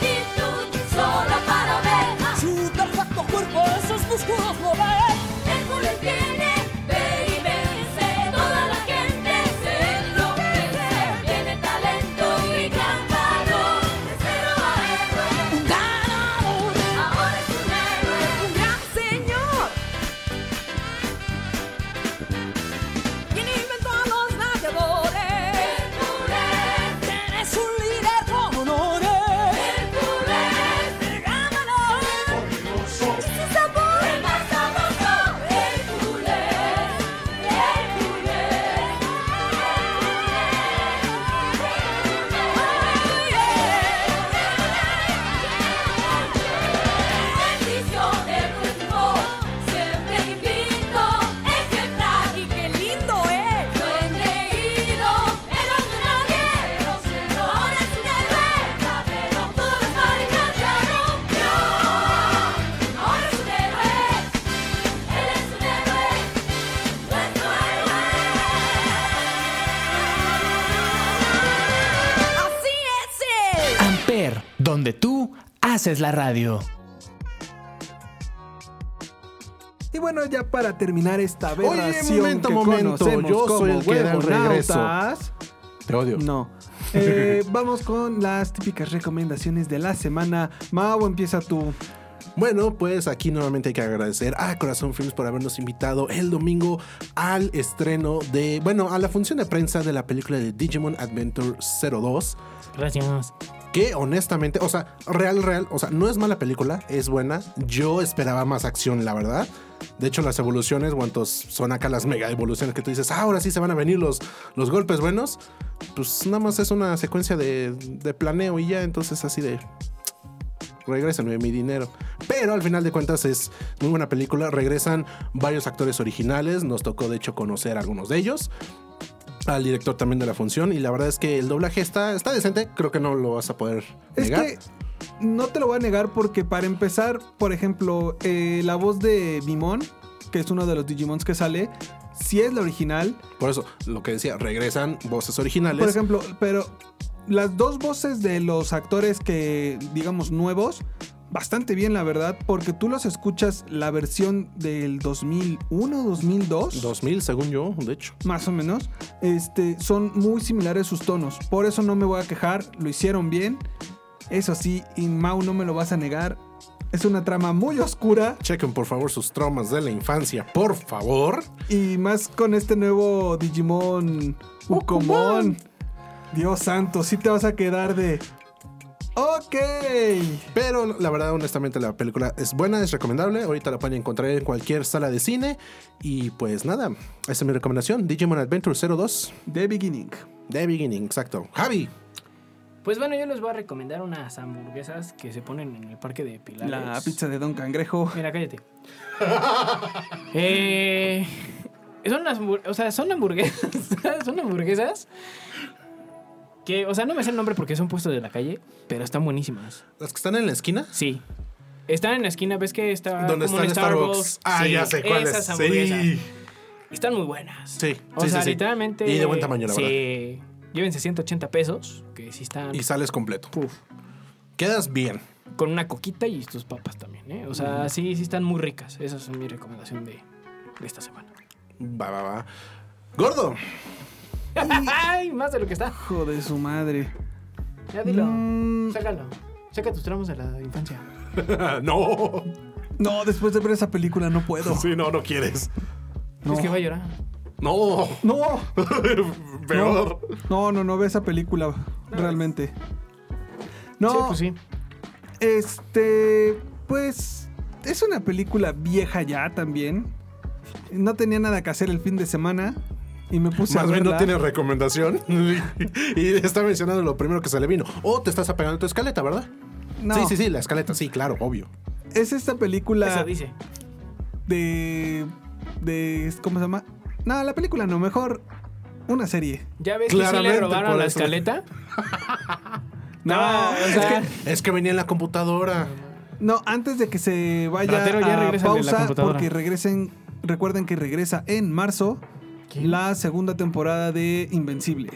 Multitud solo para ver. Su perfecto cuerpo, esos músculos lo ven. Hércules viene, ve y vence. Toda la gente se enloquece. Tiene talento y gran valor. De cero a héroe. Un ganador. Ahora es un héroe. Un gran señor. ¿Quién inventó a los gladiadores? Hércules. ¿Quién es un líder con honores? Hércules. El gran valor. Y su sabor. El más famoso. Hércules. Hércules. Bendición Hércules triunfó, siempre invicto, ejemplar y qué lindo es. Lo he leído, era un nadie, pero se lo ahora es un héroe. La pelota todas las barricadas ya rompió, ahora es un héroe, él es un héroe, nuestro héroe. Así es él.
Amper, donde tú haces la radio.
Y bueno, ya para terminar esta
Oye,
aberración
momento,
que
momento,
conocemos
yo
como
soy el que da el regreso.
huevonautas,
Te odio.
No. Eh, vamos con las típicas recomendaciones de la semana. Mau, empieza tú.
Bueno, pues aquí nuevamente hay que agradecer a Corazón Films por habernos invitado el domingo al estreno de, bueno, a la función de prensa de la película de Digimon Adventure 02,
Gracias.
que honestamente, o sea, real, real, o sea, no es mala película, es buena. Yo esperaba más acción, la verdad. De hecho, las evoluciones, cuantos son acá las mega evoluciones que tú dices, "Ah, ahora sí se van a venir los, los golpes buenos, pues nada más es una secuencia de, de planeo y ya, entonces así de, regrésenme mi dinero. Pero al final de cuentas es muy buena película. Regresan varios actores originales. Nos tocó de hecho conocer a algunos de ellos. Al director también de la función. Y la verdad es que el doblaje está, está decente. Creo que no lo vas a poder
Es
negar.
que no te lo voy a negar porque para empezar, por ejemplo, eh, la voz de Bimon, que es uno de los Digimons que sale, sí es la original.
Por eso, lo que decía, regresan voces
Por
originales.
ejemplo, pero las dos voces de los actores que, digamos, nuevos, bastante bien, la verdad, porque tú los escuchas la versión del 2001, 2002.
2000, según yo, de hecho.
más o menos, este, son muy similares sus tonos. Por eso no me voy a quejar, lo hicieron bien. Eso sí, y Mau no me lo vas a negar, Es una trama muy oscura
Chequen por favor sus traumas de la infancia, por favor.
y más con este nuevo Digimon Ucomon. Dios santo, sí te vas a quedar de. Ok.
Pero la verdad, honestamente, la película es buena, es recomendable. Ahorita la pueden encontrar en cualquier sala de cine. Y pues nada, esa es mi recomendación. Digimon Adventure 02.
The Beginning.
The Beginning, exacto. Javi,
Pues bueno, yo les voy a recomendar unas hamburguesas que se ponen en el parque de Pilares.
La pizza de Don Cangrejo.
Mira, cállate. Eh, son las hambur- o sea, son hamburguesas. son hamburguesas. Que, o sea, no me sé el nombre porque son puestos de la calle, pero están buenísimas.
las que están en la esquina.
Sí. Están en la esquina, ¿ves que está
¿Dónde
Ah, como un
están Starbucks? Ah,
Sí,
ya sé cuál
esas
es.
hamburguesas.
Sí.
Están muy buenas.
Sí,
O
sí,
sea,
sí, sí.
literalmente.
Y de buen tamaño, la verdad.
sí. Llévense 180 pesos, que sí están.
Y sales completo.
Puf.
Quedas bien.
con una coquita y tus papas también, ¿eh? O sea, sí, sí están muy ricas. Esa es mi recomendación de, de esta semana.
Va, va, va. Gordo.
¡Ay! Más de lo que está.
Hijo de su madre.
Ya dilo.
Mm.
Sácalo. Saca tus tramos de la infancia.
Ah, no.
No, después de ver esa película no puedo.
Sí, no, no quieres.
No.
Es que va a llorar.
No.
No.
Peor.
No, no, no ve esa película. Realmente. No.
Sí, pues sí.
Este, pues es una película vieja ya también. No tenía nada que hacer el fin de semana y me puse a
Más bien no
verla.
tiene recomendación. y está mencionando lo primero que se le vino. O te estás apegando a tu escaleta, ¿verdad?
No,
Sí, sí, sí, la escaleta, sí, claro, obvio.
Es esta película
Eso dice.
de de ¿cómo se llama? No, la película no, mejor una serie.
¿Ya ves que sí
Claramente
le robaron
por
la
eso.
escaleta?
No,
o sea,
Es que venía en la computadora.
No, antes de que se vaya
Ratero, ya
a
regrésale la
pausa
computadora.
porque regresen, recuerden que regresa en marzo la segunda temporada de Invencible.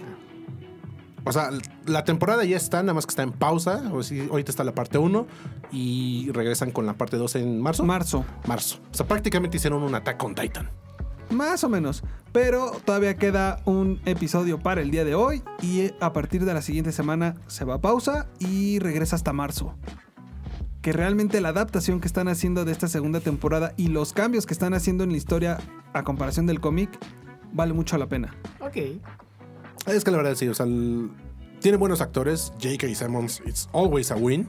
O sea, la temporada ya está, nada más que está en pausa. O sí, ahorita está la parte 1 y regresan con la parte 2 en marzo.
Marzo.
marzo. O sea, prácticamente hicieron un ataque con Titan.
Más o menos. Pero todavía queda un episodio para el día de hoy. Y a partir de la siguiente semana se va a pausa y regresa hasta marzo. Que realmente la adaptación que están haciendo de esta segunda temporada y los cambios que están haciendo en la historia a comparación del cómic vale mucho la pena.
ok.
Es que la verdad sí, o sea, el- tiene buenos actores. J.K. Simmons, it's always a win.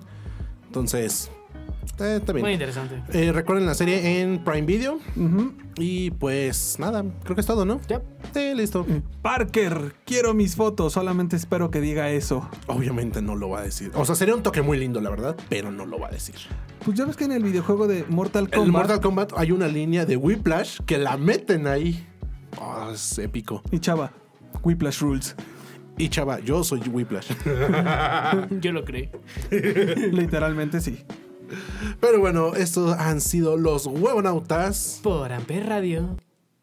Entonces, eh, está
Muy
bien.
interesante.
Eh, recuerden la serie en Prime Video.
Ujú.
Y pues nada, creo que es todo, ¿no?
Ya.
Sí, listo.
Parker, quiero mis fotos. Solamente espero que diga eso.
Obviamente no lo va a decir. O sea, sería un toque muy lindo, la verdad, pero no lo va a decir.
Pues ya ves que en el videojuego de Mortal
En
Kombat.
Mortal Kombat hay una línea de Whiplash que la meten ahí. Ah, es épico.
Y chava, Whiplash Rules.
Y chava, yo soy Whiplash.
Yo lo creí.
Literalmente sí.
pero bueno, estos han sido los huevonautas.
Por Amper Radio.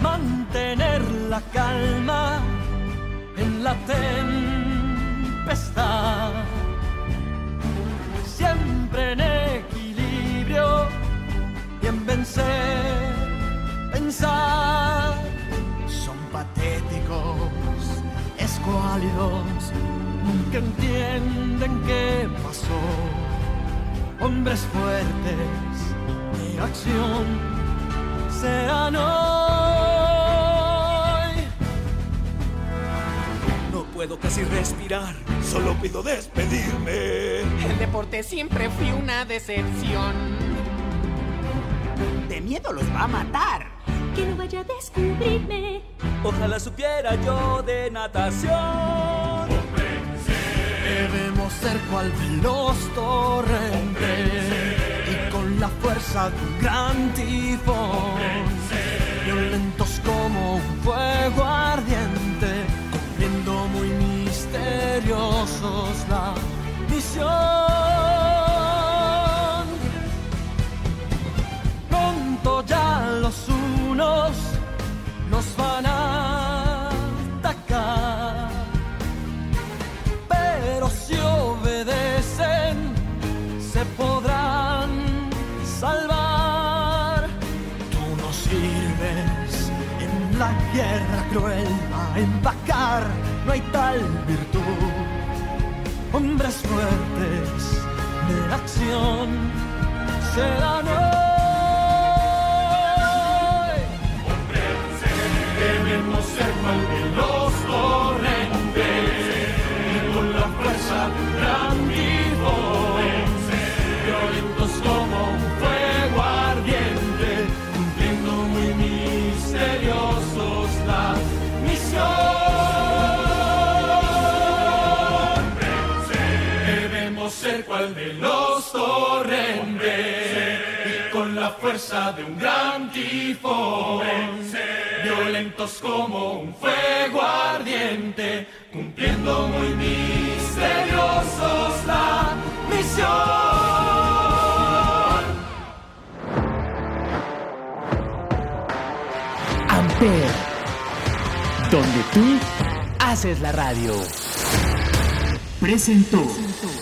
Mantener la calma en la tempestad. Siempre en equilibrio y en vencer, pensar. Son patéticos, escuálidos, nunca entienden qué pasó. Hombres fuertes de acción serán hoy. No puedo casi respirar, solo pido despedirme.
El deporte siempre fui una decepción. De mi
miedo los va a matar.
Que no vaya a descubrirme.
Ojalá supiera yo de natación.
Debemos ser cual veloz torrente y con la fuerza de un gran tifón. Violentos como un fuego ardiente, corriendo muy misteriosos la misión. Pronto ya los unos nos van a atacar, pero si obedecen se podrán salvar. Tú nos sirves en la guerra cruel a empacar, no hay tal virtud hombres fuertes de la acción serán hoy.
Debemos ser cual veloz torrente y con la fuerza de un gran tifón, violentos como un fuego ardiente, cumpliendo muy misteriosos la misión. Debemos ser cual veloz torrente y con la fuerza de un gran tifón, violentos como un fuego ardiente, cumpliendo muy misteriosos la misión.
Amper, donde tú haces la radio. Presentó.